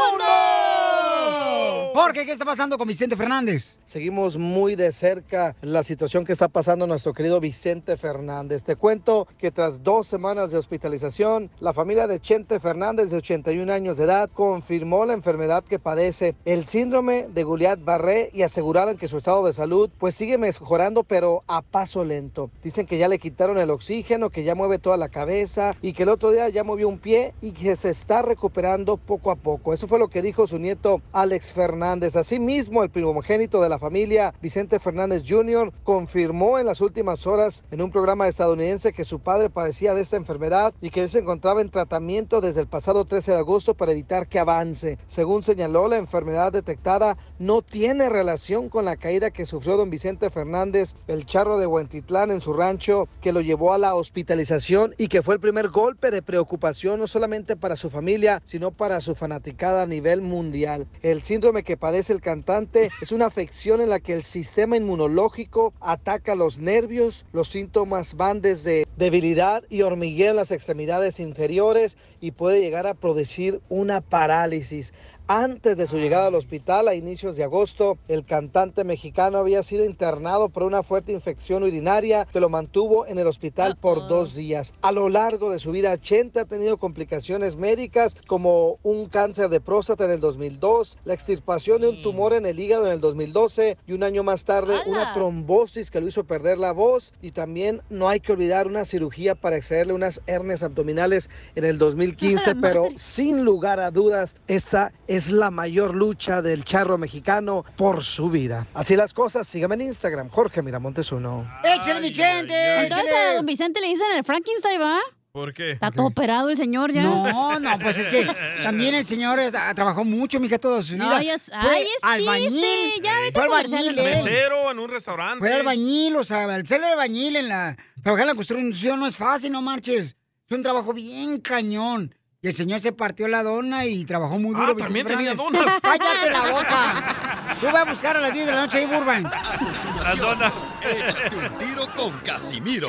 [SPEAKER 2] Oh.
[SPEAKER 3] Ah,
[SPEAKER 1] Telemundo. Jorge, ¿qué está pasando con Vicente Fernández?
[SPEAKER 4] Seguimos muy de cerca la situación que está pasando nuestro querido Vicente Fernández. Te cuento que tras dos semanas de hospitalización, la familia de Chente Fernández, de 81 años de edad, confirmó la enfermedad que padece, el síndrome de Guillain-Barré, y aseguraron que su estado de salud pues sigue mejorando, pero a paso lento. Dicen que ya le quitaron el oxígeno, que ya mueve toda la cabeza y que el otro día ya movió un pie y que se está recuperando poco a poco. Eso fue lo que dijo su nieto Alex Fernández. Asimismo, el primogénito de la familia, Vicente Fernández Jr., confirmó en las últimas horas en un programa estadounidense que su padre padecía de esta enfermedad y que él se encontraba en tratamiento desde el pasado 13 de agosto para evitar que avance. Según señaló, la enfermedad detectada no tiene relación con la caída que sufrió don Vicente Fernández, el charro de Huentitlán, en su rancho, que lo llevó a la hospitalización y que fue el primer golpe de preocupación no solamente para su familia, sino para su fanaticada a nivel mundial. El síndrome que padece el cantante es una afección en la que el sistema inmunológico ataca los nervios. Los síntomas van desde debilidad y hormigueo en las extremidades inferiores y puede llegar a producir una parálisis. Antes de su llegada al hospital a inicios de agosto, el cantante mexicano había sido internado por una fuerte infección urinaria que lo mantuvo en el hospital por dos días. A lo largo de su vida, Chente ha tenido complicaciones médicas como un cáncer de próstata en el 2002, la extirpación de un tumor en el hígado en el 2012 y un año más tarde una trombosis que lo hizo perder la voz y también no hay que olvidar una cirugía para extraerle unas hernias abdominales en el 2015, pero sin lugar a dudas, esta es la mayor lucha del charro mexicano por su vida. Así las cosas, sígame en Instagram, Jorge Miramontes uno.
[SPEAKER 1] ¡Échale, mi Chente!
[SPEAKER 2] Entonces a don Vicente le dicen el Frankenstein, ¿va?
[SPEAKER 3] ¿Por qué?
[SPEAKER 2] Está todo operado el señor ya.
[SPEAKER 1] No, no, pues es
[SPEAKER 2] <laughs>
[SPEAKER 1] que también el señor es- ah, trabajó mucho, mija, toda su vida.
[SPEAKER 2] No, ya es- ay, es chiste, ya vete
[SPEAKER 1] fue
[SPEAKER 2] a ¿eh?
[SPEAKER 1] albañil,
[SPEAKER 2] comerciales.
[SPEAKER 1] él.
[SPEAKER 3] Mesero en un restaurante.
[SPEAKER 1] Fue albañil, o sea, al ser albañil en la... Trabajar en la construcción no es fácil, no marches. Es un trabajo bien cañón. Y el señor se partió la dona y trabajó muy duro.
[SPEAKER 3] Ah, también
[SPEAKER 1] Vicente
[SPEAKER 3] tenía
[SPEAKER 1] Fernández.
[SPEAKER 3] donas.
[SPEAKER 1] <laughs> ¡Cállate la
[SPEAKER 3] <laughs>
[SPEAKER 1] boca! Tú vas a buscar a las 10 de la noche ahí, Burbank.
[SPEAKER 6] Las Échate un tiro con Casimiro.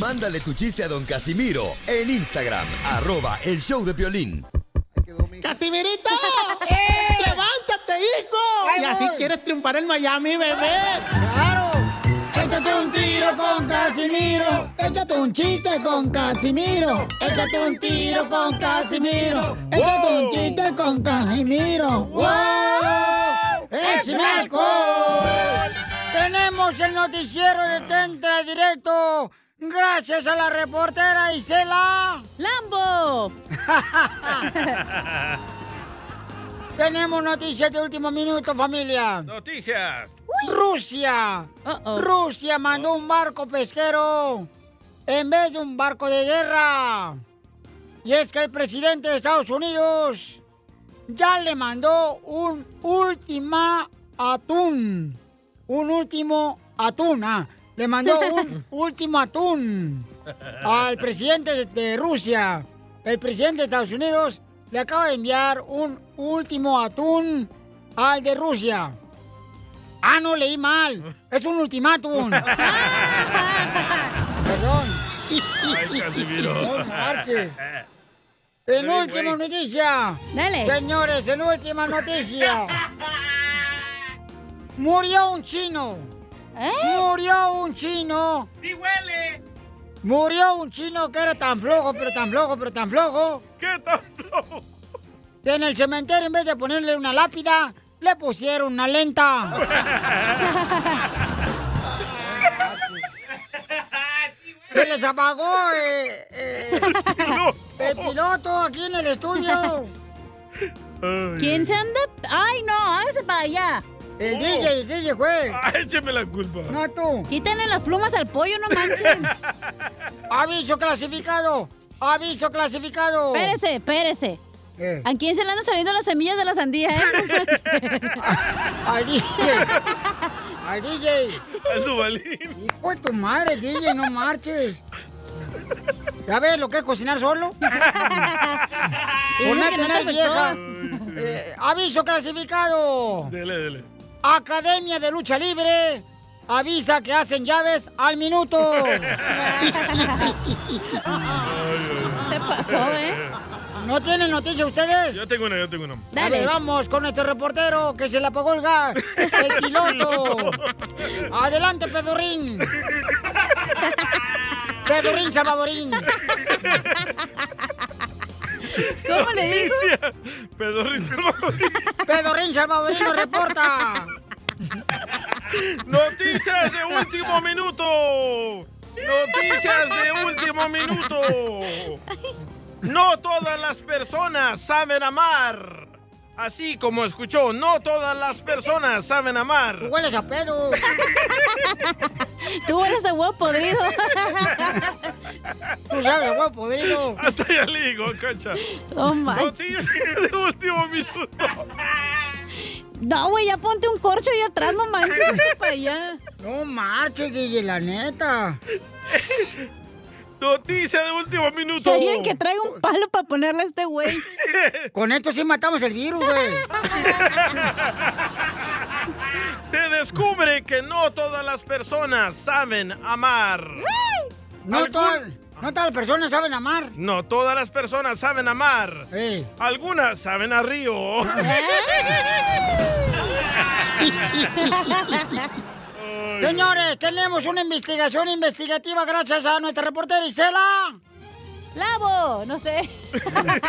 [SPEAKER 6] Mándale tu chiste a don Casimiro en Instagram, arroba el show de violín.
[SPEAKER 13] <laughs>
[SPEAKER 14] ¡Casimirito!
[SPEAKER 13] ¡Eh!
[SPEAKER 14] ¡Levántate, hijo!
[SPEAKER 1] Ahí
[SPEAKER 14] Y así
[SPEAKER 1] voy.
[SPEAKER 14] quieres triunfar en Miami, bebé.
[SPEAKER 1] ¡Claro! Échate un tiro con Casimiro. Échate un chiste con Casimiro. Échate un tiro con Casimiro. Échate un chiste con Casimiro. ¡Wow! ¡Échame alcohol! Tenemos el noticiero de Tentra Directo. Gracias a la reportera Isela. ¡Lambo! <laughs> Tenemos noticias de último minuto, familia.
[SPEAKER 3] Noticias.
[SPEAKER 1] Rusia. Rusia mandó un barco pesquero en vez de un barco de guerra. Y es que el presidente de Estados Unidos ya le mandó un última atún. Un último atún. ah. le mandó un último atún al presidente de, de Rusia. El presidente de Estados Unidos le acaba de enviar un último atún al de Rusia. Ah, no, leí mal. Es un ultimátum. Perdón.
[SPEAKER 14] Ay, Casimiro.
[SPEAKER 1] No marches. Penúltima noticia. Dale. Señores, en última noticia. Murió un chino. Murió un chino.
[SPEAKER 14] ¡Y huele!
[SPEAKER 1] Murió un chino que era tan flojo, pero tan flojo, pero tan flojo. ¿Qué tan flojo? Que en el cementerio, en vez de ponerle una lápida, le pusieron una lenta. Se les apagó eh, eh, el piloto aquí en el estudio.
[SPEAKER 2] ¿Quién se anda? ¡Ay, no! ¡Hágase para allá!
[SPEAKER 1] El DJ, el DJ fue.
[SPEAKER 3] Écheme la culpa.
[SPEAKER 1] No tú. Quítenle las plumas al pollo, no manchen. <laughs> Aviso clasificado. Aviso clasificado.
[SPEAKER 2] Espérese, espérese.
[SPEAKER 1] ¿Qué?
[SPEAKER 2] ¿A quién se le andan saliendo las semillas de la sandía, eh? No
[SPEAKER 1] <laughs>
[SPEAKER 2] manches.
[SPEAKER 1] Al DJ. Al DJ. Al Dubalín. <laughs> Hijo de tu madre, DJ, no marches. ¿Sabes lo que es cocinar
[SPEAKER 14] <laughs>
[SPEAKER 1] solo? Por no
[SPEAKER 14] dices que no te
[SPEAKER 1] tener
[SPEAKER 14] afectó. <laughs>
[SPEAKER 1] vieja. Eh, aviso clasificado.
[SPEAKER 3] Dele, dele.
[SPEAKER 1] Academia de Lucha Libre avisa que hacen llaves al
[SPEAKER 14] <laughs>
[SPEAKER 1] minuto. <laughs> Se
[SPEAKER 3] pasó, ¿eh?
[SPEAKER 1] Ah. ¿No tienen noticia ustedes?
[SPEAKER 3] Yo tengo una, yo tengo una.
[SPEAKER 1] Dale, vamos con nuestro reportero que se le apagó el
[SPEAKER 3] <laughs>
[SPEAKER 1] gas. El piloto. Adelante, Pedorín. Pedorín Salvadorín.
[SPEAKER 14] ¿Cómo le
[SPEAKER 1] <laughs>
[SPEAKER 14] dijo?
[SPEAKER 3] <laughs> Pedorrín Salvadorín.
[SPEAKER 1] Pedorín Salvadorín nos reporta.
[SPEAKER 3] <laughs> Noticias de último minuto. Noticias de último minuto. No todas las personas saben amar. Así como escuchó, no todas las personas saben amar.
[SPEAKER 1] Hueles a pedo.
[SPEAKER 2] Tú eres el huevo podrido.
[SPEAKER 1] Tú sabes, huevo podrido.
[SPEAKER 3] Hasta ya le digo, concha.
[SPEAKER 2] No
[SPEAKER 3] Noticias
[SPEAKER 2] manches.
[SPEAKER 3] de último
[SPEAKER 2] <laughs>
[SPEAKER 3] minuto.
[SPEAKER 2] No, güey, ya ponte un corcho ahí atrás, no
[SPEAKER 1] <laughs>
[SPEAKER 2] manches, vete para allá.
[SPEAKER 1] No marches, DJ, la neta.
[SPEAKER 3] <laughs> Noticia de último minuto.
[SPEAKER 2] Querían que traiga un palo para ponerle a este güey.
[SPEAKER 1] Con esto sí matamos el virus, güey.
[SPEAKER 2] <laughs>
[SPEAKER 3] Se descubre que no todas las personas saben amar.
[SPEAKER 1] No, todas- no todas las personas saben amar.
[SPEAKER 3] No todas las personas saben amar. Algunas saben a río.
[SPEAKER 1] <laughs> Señores, tenemos una investigación investigativa gracias a nuestra reportera Isela.
[SPEAKER 2] ¡Lavo! No
[SPEAKER 1] <laughs>
[SPEAKER 2] sé.
[SPEAKER 1] Isela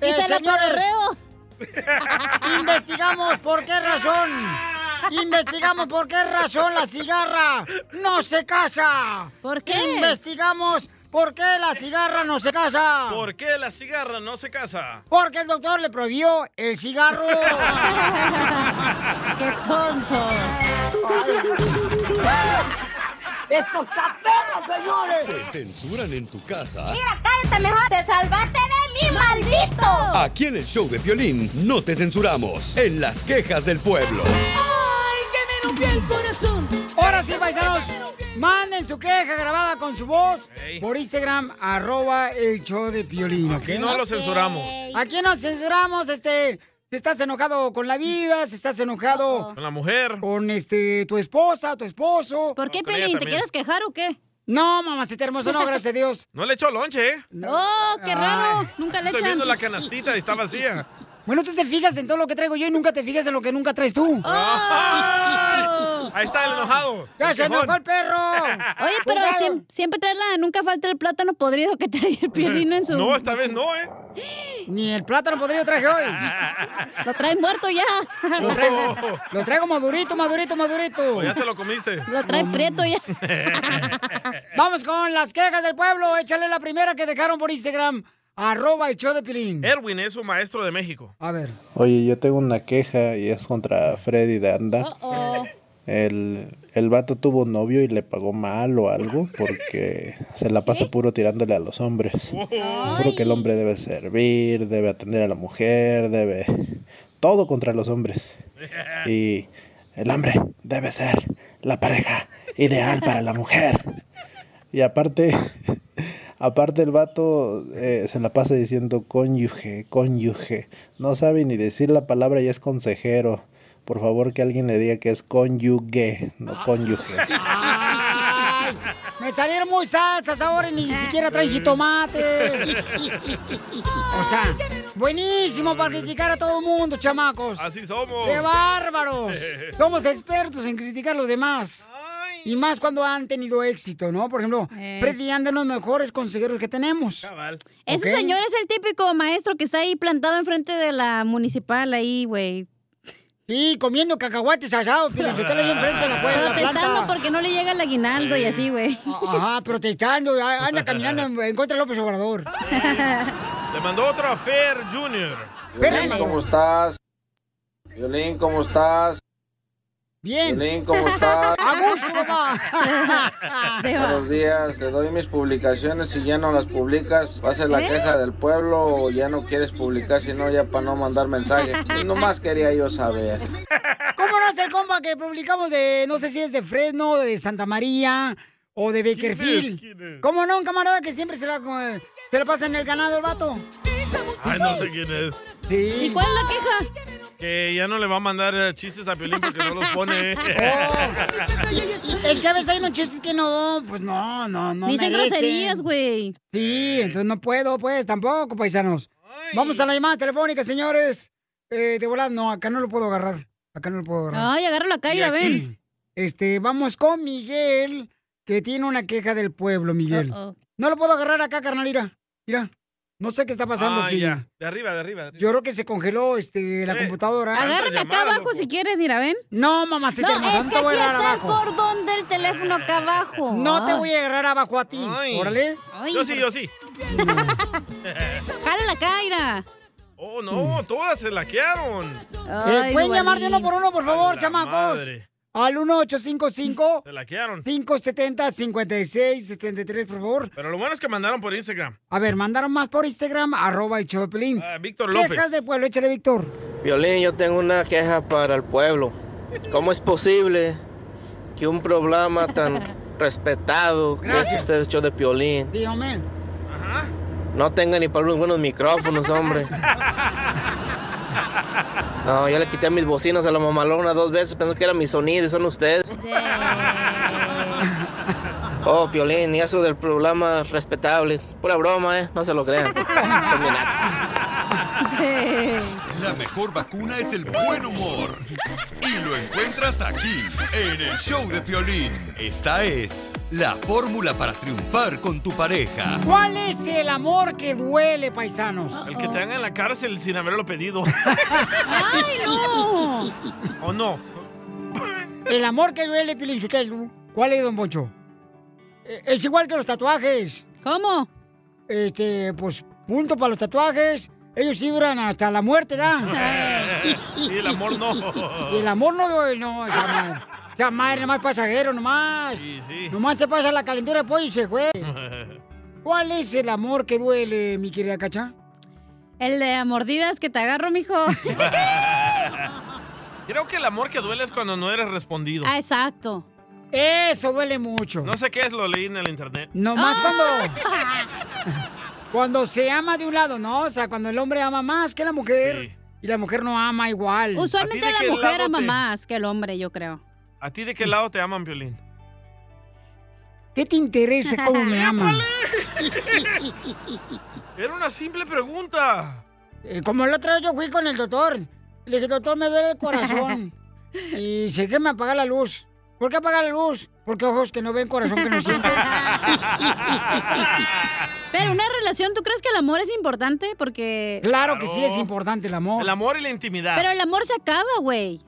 [SPEAKER 1] Eh,
[SPEAKER 2] Isela
[SPEAKER 1] <laughs>
[SPEAKER 2] <laughs> Correo.
[SPEAKER 1] Investigamos por qué razón. Investigamos por qué razón la cigarra no se casa. ¿Por
[SPEAKER 2] qué?
[SPEAKER 1] Investigamos por qué la cigarra no se <laughs> casa.
[SPEAKER 3] ¿Por qué la cigarra no se casa?
[SPEAKER 1] Porque el doctor le prohibió el cigarro.
[SPEAKER 2] <laughs> ¡Qué tonto!
[SPEAKER 1] ¡Estos taperos,
[SPEAKER 6] Te censuran en tu casa.
[SPEAKER 15] cállate mejor! ¡Te salvaste de mí, maldito!
[SPEAKER 6] Aquí en el show de violín no te censuramos. En las quejas del pueblo.
[SPEAKER 1] ¡Ay, que me rompió <laughs> el corazón! Ahora sí, paisanos, manden su queja grabada con su voz por Instagram, arroba el show de Piolín, ¿ok?
[SPEAKER 3] Aquí no lo censuramos.
[SPEAKER 1] Aquí nos censuramos, este... Si estás enojado con la vida, si estás enojado...
[SPEAKER 3] Con la mujer.
[SPEAKER 1] Con, este, tu esposa, tu esposo.
[SPEAKER 2] ¿Por qué,
[SPEAKER 3] No, con ella
[SPEAKER 2] Pelín? ¿Te
[SPEAKER 3] también.
[SPEAKER 2] quieres quejar o qué?
[SPEAKER 1] No, mamacita hermosa, no, gracias a
[SPEAKER 2] <laughs>
[SPEAKER 1] Dios.
[SPEAKER 3] No le echó lonche, ¿eh?
[SPEAKER 2] ¡Oh, qué raro! Nunca le
[SPEAKER 3] Estoy
[SPEAKER 2] echan.
[SPEAKER 3] viendo la canastita y está
[SPEAKER 2] <laughs>
[SPEAKER 3] vacía.
[SPEAKER 1] Bueno, tú te fijas en todo lo que traigo yo y nunca te fijas en lo que nunca traes tú.
[SPEAKER 2] Oh,
[SPEAKER 3] Ahí está el enojado.
[SPEAKER 1] ¡Ya
[SPEAKER 3] El
[SPEAKER 1] se enojó
[SPEAKER 3] quejón.
[SPEAKER 1] el perro!
[SPEAKER 2] Oye, pero
[SPEAKER 1] Cuidado.
[SPEAKER 2] siem- siempre trae la... Nunca falta el plátano podrido que trae el Piolín en su...
[SPEAKER 3] No, esta vez no, ¿eh?
[SPEAKER 1] Ni el plátano podrido traje hoy.
[SPEAKER 2] Lo
[SPEAKER 3] Pues
[SPEAKER 2] trae muerto ya.
[SPEAKER 1] Lo
[SPEAKER 3] <laughs>
[SPEAKER 1] traigo, lo traigo madurito, madurito, madurito.
[SPEAKER 3] O ya te
[SPEAKER 1] <laughs>
[SPEAKER 3] lo comiste.
[SPEAKER 1] Lo trae prieto ya. Vamos con las quejas del pueblo. Échale la primera que dejaron por Instagram. Arroba el show de Pilín.
[SPEAKER 3] Erwin es un maestro de México.
[SPEAKER 1] A ver.
[SPEAKER 16] Oye, yo tengo una queja y es contra Freddy de
[SPEAKER 3] Oh.
[SPEAKER 16] Anda. El, el vato tuvo novio y le pagó mal o algo porque se la pasa puro tirándole a los hombres. Juro que el hombre debe servir, debe atender a la mujer, debe... Todo contra los hombres. Y el hombre debe ser la pareja ideal para la mujer. Y aparte, <laughs> aparte el vato eh, se la pasa diciendo cónyuge, cónyuge. No sabe ni decir la palabra y es consejero. Por favor que alguien le diga que es cónyuge, no cónyuge.
[SPEAKER 1] Ay, me salieron muy salsas ahora y ni siquiera traen
[SPEAKER 3] <laughs>
[SPEAKER 1] jitomate. O sea, buenísimo para criticar a todo el mundo, chamacos.
[SPEAKER 3] Así somos.
[SPEAKER 1] ¡Qué
[SPEAKER 3] <laughs>
[SPEAKER 1] bárbaros! Somos expertos en criticar a los demás. Y más cuando han tenido éxito, ¿no? Por ejemplo,
[SPEAKER 2] Eh.
[SPEAKER 1] Freddy Anda es uno de los mejores consejeros que tenemos.
[SPEAKER 2] Ese
[SPEAKER 1] ¿Ok?
[SPEAKER 2] señor es el típico maestro que está ahí plantado enfrente de la municipal ahí, güey.
[SPEAKER 1] Sí, comiendo cacahuates asados, pero
[SPEAKER 2] <laughs>
[SPEAKER 1] usted le dio enfrente de la puerta. de la
[SPEAKER 2] Protestando
[SPEAKER 1] planta.
[SPEAKER 2] porque no le llega el aguinaldo y así, güey.
[SPEAKER 1] Ajá, protestando, a- anda caminando en, en contra de López
[SPEAKER 2] <laughs>
[SPEAKER 1] Obrador.
[SPEAKER 3] Le mandó otro a Fer Jr.
[SPEAKER 17] Violín, ¿cómo estás? Violín, ¿cómo estás?
[SPEAKER 1] Bien.
[SPEAKER 17] Piolín, ¿cómo
[SPEAKER 1] <laughs>
[SPEAKER 17] estás?
[SPEAKER 1] A gusto, papá. Ah, <laughs> Se va.
[SPEAKER 17] Buenos días, te doy mis publicaciones. Si ya no las publicas, va a ser la
[SPEAKER 1] ¿Eh?
[SPEAKER 17] queja del pueblo o ya no quieres publicar, si no, ya para no
[SPEAKER 1] <laughs>
[SPEAKER 17] mandar mensajes. Y nomás quería yo saber.
[SPEAKER 1] ¿Cómo no es el compa que publicamos de, no sé si es de Fresno, de Santa María o de Beckerfield? ¿Cómo no, un camarada que siempre se la, eh, se la pasa en el ganado el vato?
[SPEAKER 3] Ay, no sé quién es.
[SPEAKER 1] Sí.
[SPEAKER 2] cuál es la queja?
[SPEAKER 3] Que ya no le va a mandar eh, chistes a Piolín porque no los
[SPEAKER 1] <laughs>
[SPEAKER 3] pone.
[SPEAKER 1] Oh. Es que a veces hay unos chistes que no, pues no, no, no.
[SPEAKER 2] Dicen
[SPEAKER 1] merecen.
[SPEAKER 2] groserías, güey.
[SPEAKER 1] Sí, entonces no puedo, pues, tampoco, paisanos. Vamos a la llamada telefónica, señores. Eh, de volada, no, acá no lo puedo agarrar. Acá no lo puedo agarrar.
[SPEAKER 2] Ay, agárralo acá y la ven.
[SPEAKER 1] Este, vamos con Miguel, que tiene una queja del pueblo, Miguel.
[SPEAKER 2] Uh-oh.
[SPEAKER 1] No lo puedo agarrar acá, carnal, mira. Mira. No sé qué está pasando,
[SPEAKER 3] Ah,
[SPEAKER 1] sí.
[SPEAKER 3] ya. De arriba, de arriba.
[SPEAKER 1] Yo creo que se congeló este, la computadora.
[SPEAKER 2] Agárrala acá abajo si quieres, mira, ven.
[SPEAKER 1] No, mamá, si
[SPEAKER 2] no,
[SPEAKER 1] te hermosa,
[SPEAKER 2] es
[SPEAKER 1] no
[SPEAKER 2] que
[SPEAKER 1] te voy a
[SPEAKER 2] aquí
[SPEAKER 1] agarrar
[SPEAKER 2] está
[SPEAKER 1] abajo.
[SPEAKER 2] el cordón del teléfono acá abajo.
[SPEAKER 1] No te voy a agarrar abajo a ti.
[SPEAKER 2] Ay.
[SPEAKER 1] Órale.
[SPEAKER 2] Oh. Ay, Yo sí, pero- yo
[SPEAKER 3] sí.
[SPEAKER 2] Jálala acá, mira.
[SPEAKER 3] Oh, no, todas se laquearon.
[SPEAKER 1] Mm. Eh, ¿Pueden llamar de uno por uno, por favor, chamacos?
[SPEAKER 3] madre.
[SPEAKER 1] Al 1855
[SPEAKER 3] Se laquearon.
[SPEAKER 1] 570 5673, por favor.
[SPEAKER 3] Pero lo bueno es que mandaron por Instagram.
[SPEAKER 1] A ver, mandaron más por Instagram, arroba el Choplin.
[SPEAKER 3] Ah, Víctor
[SPEAKER 1] Quejas del pueblo, échale Víctor.
[SPEAKER 18] <laughs> Violín, yo tengo una queja para el pueblo. ¿Cómo es posible que un programa tan respetado que es
[SPEAKER 1] Gracias.
[SPEAKER 18] usted el show de Piolín
[SPEAKER 1] Dígame.
[SPEAKER 18] no tenga ni para unos buenos micrófonos, hombre? No, ya le quité mis bocinas a la mamalona dos veces, pensó que era mi sonido y son ustedes. Oh, Piolín, y eso del programa respetable, pura broma, ¿eh? No se lo crean. Son bien
[SPEAKER 6] La mejor vacuna es el buen humor. Y lo encuentras aquí, en el show de Piolín. Esta es la fórmula para triunfar con tu pareja.
[SPEAKER 1] ¿Cuál es el amor que duele, paisanos?
[SPEAKER 3] El que te hagan en la cárcel sin haberlo pedido. <laughs>
[SPEAKER 1] ¡Ay, no!
[SPEAKER 3] ¿O no?
[SPEAKER 1] <laughs> El amor que duele, Pilín Sotelo. ¿Cuál es, don Poncho? Eh, Es igual que los tatuajes.
[SPEAKER 2] ¿Cómo?
[SPEAKER 1] Este, pues, punto para los tatuajes. Ellos sí duran hasta la muerte,
[SPEAKER 3] <laughs>
[SPEAKER 1] ¿da?
[SPEAKER 3] Y el amor no.
[SPEAKER 1] Y el amor no duele, no, esa madre. Esa madre nomás pasajero, nomás. Nomás se pasa la calentura de pollo y se fue. ¿Cuál es el amor que duele, mi querida Cacha?
[SPEAKER 2] El de a mordidas que te agarro,
[SPEAKER 1] <laughs>
[SPEAKER 2] mijo.
[SPEAKER 3] Creo que el amor que duele es cuando no eres respondido.
[SPEAKER 2] ah, exacto.
[SPEAKER 1] Eso duele mucho.
[SPEAKER 3] No sé qué es, lo leí en el internet.
[SPEAKER 2] Ah.
[SPEAKER 1] Nomás
[SPEAKER 2] <laughs>
[SPEAKER 1] cuando. Cuando se ama de un lado, ¿no? O sea, cuando el hombre ama más que la mujer y la mujer no ama igual.
[SPEAKER 2] Usualmente la mujer ama más que el hombre, yo creo.
[SPEAKER 3] ¿A ti de qué lado te aman,
[SPEAKER 2] <laughs>
[SPEAKER 3] Piolín?
[SPEAKER 1] ¿Qué te interesa cómo
[SPEAKER 2] <laughs>
[SPEAKER 1] me ama?
[SPEAKER 3] Era una simple pregunta.
[SPEAKER 1] Eh, como el otro día yo fui con el doctor. Le dije, doctor, me duele el corazón.
[SPEAKER 2] <laughs>
[SPEAKER 1] Y sé que me apaga la luz. ¿Por qué apaga la luz? Porque ojos que no ven, corazón que no
[SPEAKER 2] <laughs>
[SPEAKER 1] siente.
[SPEAKER 2] Pero una relación, ¿tú crees que el amor es importante? Porque.
[SPEAKER 1] Claro que sí es importante el amor.
[SPEAKER 3] El amor y la intimidad.
[SPEAKER 2] Pero el amor se acaba, güey.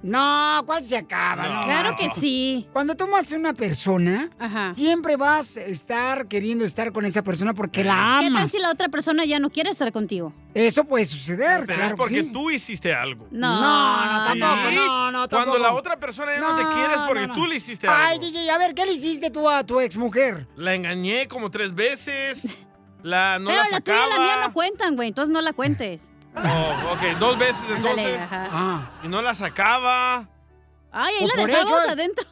[SPEAKER 1] No, ¿cuál se acaba?
[SPEAKER 3] No. Claro que
[SPEAKER 2] sí.
[SPEAKER 1] Cuando tú amas a una persona, siempre vas a estar queriendo estar con esa persona porque la
[SPEAKER 2] ¿Qué tal
[SPEAKER 1] amas.
[SPEAKER 2] si la otra persona ya no quiere estar contigo?
[SPEAKER 1] Eso puede suceder,
[SPEAKER 3] Pero
[SPEAKER 1] claro
[SPEAKER 3] es
[SPEAKER 1] que
[SPEAKER 3] porque
[SPEAKER 1] sí.
[SPEAKER 3] tú hiciste algo.
[SPEAKER 1] No, no, tampoco,
[SPEAKER 3] Sí.
[SPEAKER 1] no, no, tampoco.
[SPEAKER 3] Cuando la otra persona ya no, te quiere es porque
[SPEAKER 1] no, no.
[SPEAKER 3] tú le hiciste algo.
[SPEAKER 1] Ay, DJ, a ver, ¿qué le hiciste tú a tu exmujer?
[SPEAKER 3] La engañé como tres veces. La no
[SPEAKER 2] Pero
[SPEAKER 3] la
[SPEAKER 2] la tuya
[SPEAKER 3] sacaba.
[SPEAKER 2] y la mía no cuentan, güey. Entonces no
[SPEAKER 3] <laughs>
[SPEAKER 2] la cuentes.
[SPEAKER 3] Oh, ok, dos veces
[SPEAKER 2] Ándale,
[SPEAKER 3] entonces. Ah.
[SPEAKER 2] ajá.
[SPEAKER 3] Y no la sacaba.
[SPEAKER 2] Ay, ahí
[SPEAKER 3] Pues
[SPEAKER 2] la
[SPEAKER 3] por
[SPEAKER 2] dejamos
[SPEAKER 3] ello,
[SPEAKER 2] adentro.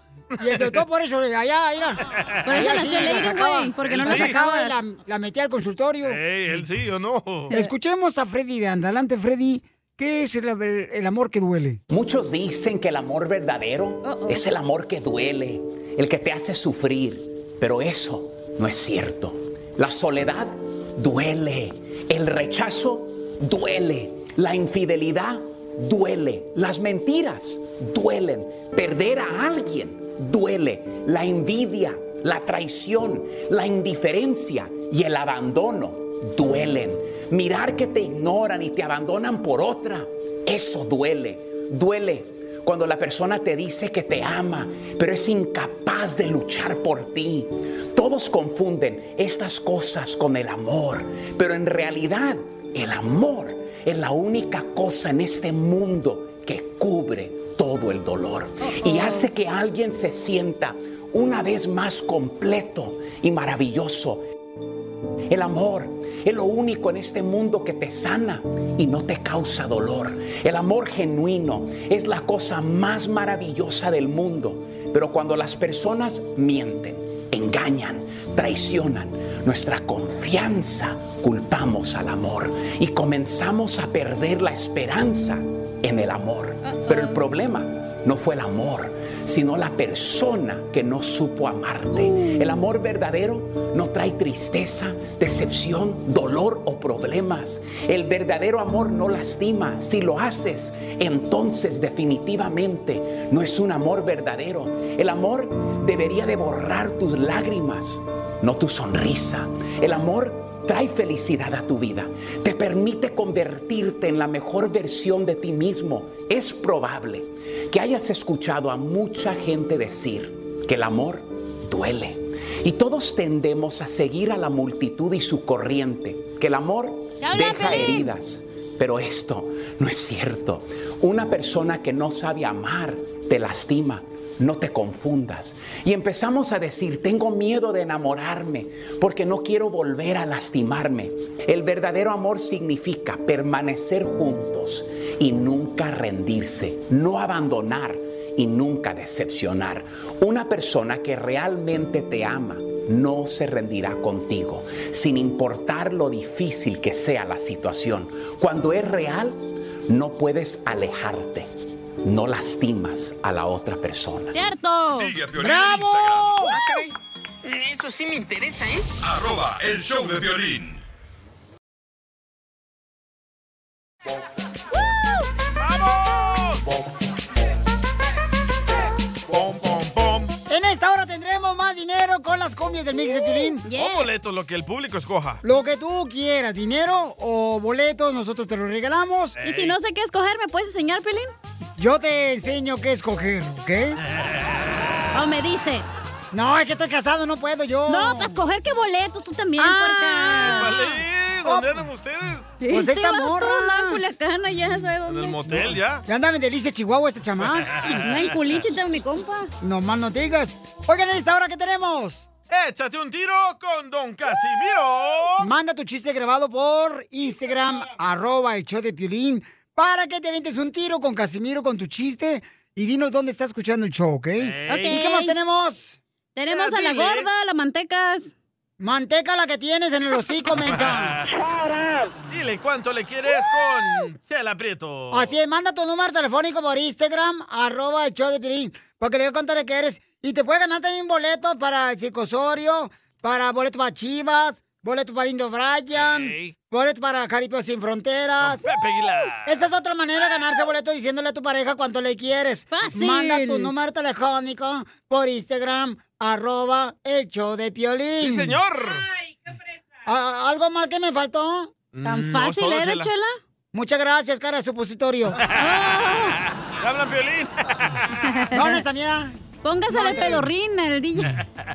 [SPEAKER 1] Y el doctor por eso, allá, mira.
[SPEAKER 2] <laughs> Por eso
[SPEAKER 1] Allá
[SPEAKER 2] nació
[SPEAKER 1] sí,
[SPEAKER 2] Lady,
[SPEAKER 1] sacaba.
[SPEAKER 2] güey, porque
[SPEAKER 1] Él
[SPEAKER 2] no la
[SPEAKER 1] sí.
[SPEAKER 2] sacabas.
[SPEAKER 1] La, la metí al consultorio.
[SPEAKER 3] Ey, él sí, yo no.
[SPEAKER 1] Escuchemos a Freddy de Anda. Adelante, Freddy. ¿Qué es el, el amor que duele?
[SPEAKER 19] Muchos dicen que el amor verdadero es el amor que duele, el que te hace sufrir, pero eso no es cierto. La soledad duele, el rechazo duele, la infidelidad duele, las mentiras duelen, perder a alguien duele, la envidia, la traición, la indiferencia y el abandono duelen. Mirar que te ignoran y te abandonan por otra, eso duele, duele. Cuando la persona te dice que te ama, pero es incapaz de luchar por ti. Todos confunden estas cosas con el amor, pero en realidad el amor es la única cosa en este mundo que cubre todo el dolor y hace que alguien se sienta una vez más completo y maravilloso. El amor es lo único en este mundo que te sana y no te causa dolor. El amor genuino es la cosa más maravillosa del mundo. Pero cuando las personas mienten, engañan, traicionan, nuestra confianza culpamos al amor y comenzamos a perder la esperanza en el amor. Pero el problema no fue el amor, sino la persona que no supo amarte. El amor verdadero no trae tristeza, decepción, dolor o problemas. El verdadero amor no lastima. Si lo haces, entonces definitivamente no es un amor verdadero. El amor debería de borrar tus lágrimas, no tu sonrisa. El amor trae felicidad a tu vida, te permite convertirte en la mejor versión de ti mismo. Es probable que hayas escuchado a mucha gente decir que el amor duele. Y todos tendemos a seguir a la multitud y su corriente, que el amor
[SPEAKER 14] Ya habla,
[SPEAKER 19] deja
[SPEAKER 14] Pelín.
[SPEAKER 19] heridas. Pero esto no es cierto. Una persona que no sabe amar te lastima. No te confundas. Y empezamos a decir, tengo miedo de enamorarme porque no quiero volver a lastimarme. El verdadero amor significa permanecer juntos y nunca rendirse, no abandonar y nunca decepcionar. Una persona que realmente te ama no se rendirá contigo, sin importar lo difícil que sea la situación. Cuando es real, no puedes alejarte, no lastimas a la otra persona.
[SPEAKER 2] ¡Cierto!
[SPEAKER 6] Sigue a Piolín en
[SPEAKER 2] ¡Bravo!
[SPEAKER 6] Instagram.
[SPEAKER 13] Ah, Eso sí me interesa, ¿eh?
[SPEAKER 6] Arroba el show de violín.
[SPEAKER 1] En esta hora tendremos más dinero con las combias del
[SPEAKER 2] Uh,
[SPEAKER 1] Mix de Pilín.
[SPEAKER 3] O Oh, boletos, lo que el público escoja.
[SPEAKER 1] Lo que tú quieras, dinero o boletos, nosotros te los regalamos.
[SPEAKER 2] Y si no sé qué escoger, ¿me puedes enseñar, Pelín?
[SPEAKER 1] Yo te enseño qué escoger, ¿ok?
[SPEAKER 2] <laughs> ¿O me dices?
[SPEAKER 1] No, es que estoy casado, no puedo yo. Ah.
[SPEAKER 2] No, para escoger qué boletos, tú también, Oh.
[SPEAKER 3] Vale, ¿dónde andan ustedes?
[SPEAKER 2] puerca.
[SPEAKER 1] Pues
[SPEAKER 2] este
[SPEAKER 1] esta
[SPEAKER 2] vato
[SPEAKER 1] morra.
[SPEAKER 2] andaba en Culiacán, allá, ¿sabe
[SPEAKER 3] En
[SPEAKER 2] dónde?
[SPEAKER 3] el motel ya.
[SPEAKER 1] Ya andan en Delicia, Chihuahua, este chamán.
[SPEAKER 2] Anda en Culichi, tengo mi compa.
[SPEAKER 1] No más no digas. Oigan, en esta hora, ¿qué tenemos?
[SPEAKER 3] Échate un tiro con Don Casimiro.
[SPEAKER 1] Manda tu chiste grabado por Instagram, arroba el show de Piolín, para que te avientes un tiro con Casimiro con tu chiste y dinos dónde está escuchando el show, ¿ok? ¿Y qué más tenemos?
[SPEAKER 2] Tenemos a la gorda, a la mantecas.
[SPEAKER 1] Manteca la que tienes en el
[SPEAKER 2] <laughs>
[SPEAKER 1] hocico, mensa.
[SPEAKER 3] <laughs> Dile cuánto le quieres con Chela Prieto.
[SPEAKER 1] Así es, manda tu número telefónico por Instagram, arroba el show de Piolín, para que le contaré que eres. Y te puede ganar también boletos para el circosorio, para boletos para Chivas, boletos para Indo Bryan, boletos para Caripeo Sin Fronteras.
[SPEAKER 3] <laughs> Pepe Aguilar.
[SPEAKER 1] Esa es otra manera de ganarse boleto diciéndole a tu pareja cuánto le quieres.
[SPEAKER 2] Fácil.
[SPEAKER 1] Manda tu número telefónico por Instagram, arroba el show de Piolín.
[SPEAKER 3] ¡Sí, señor!
[SPEAKER 1] Ah, ¿Algo más que me faltó?
[SPEAKER 3] Tan no, fácil, solo, ¿eh, de Chela. Chela?
[SPEAKER 1] Muchas gracias, cara de
[SPEAKER 3] <laughs>
[SPEAKER 1] supositorio.
[SPEAKER 3] Ah. ¿Te hablan violín?
[SPEAKER 1] ¿Dónde está mía?
[SPEAKER 2] Póngase
[SPEAKER 1] No,
[SPEAKER 2] el
[SPEAKER 1] sí.
[SPEAKER 2] pedorrín,
[SPEAKER 1] <laughs>
[SPEAKER 2] el DJ.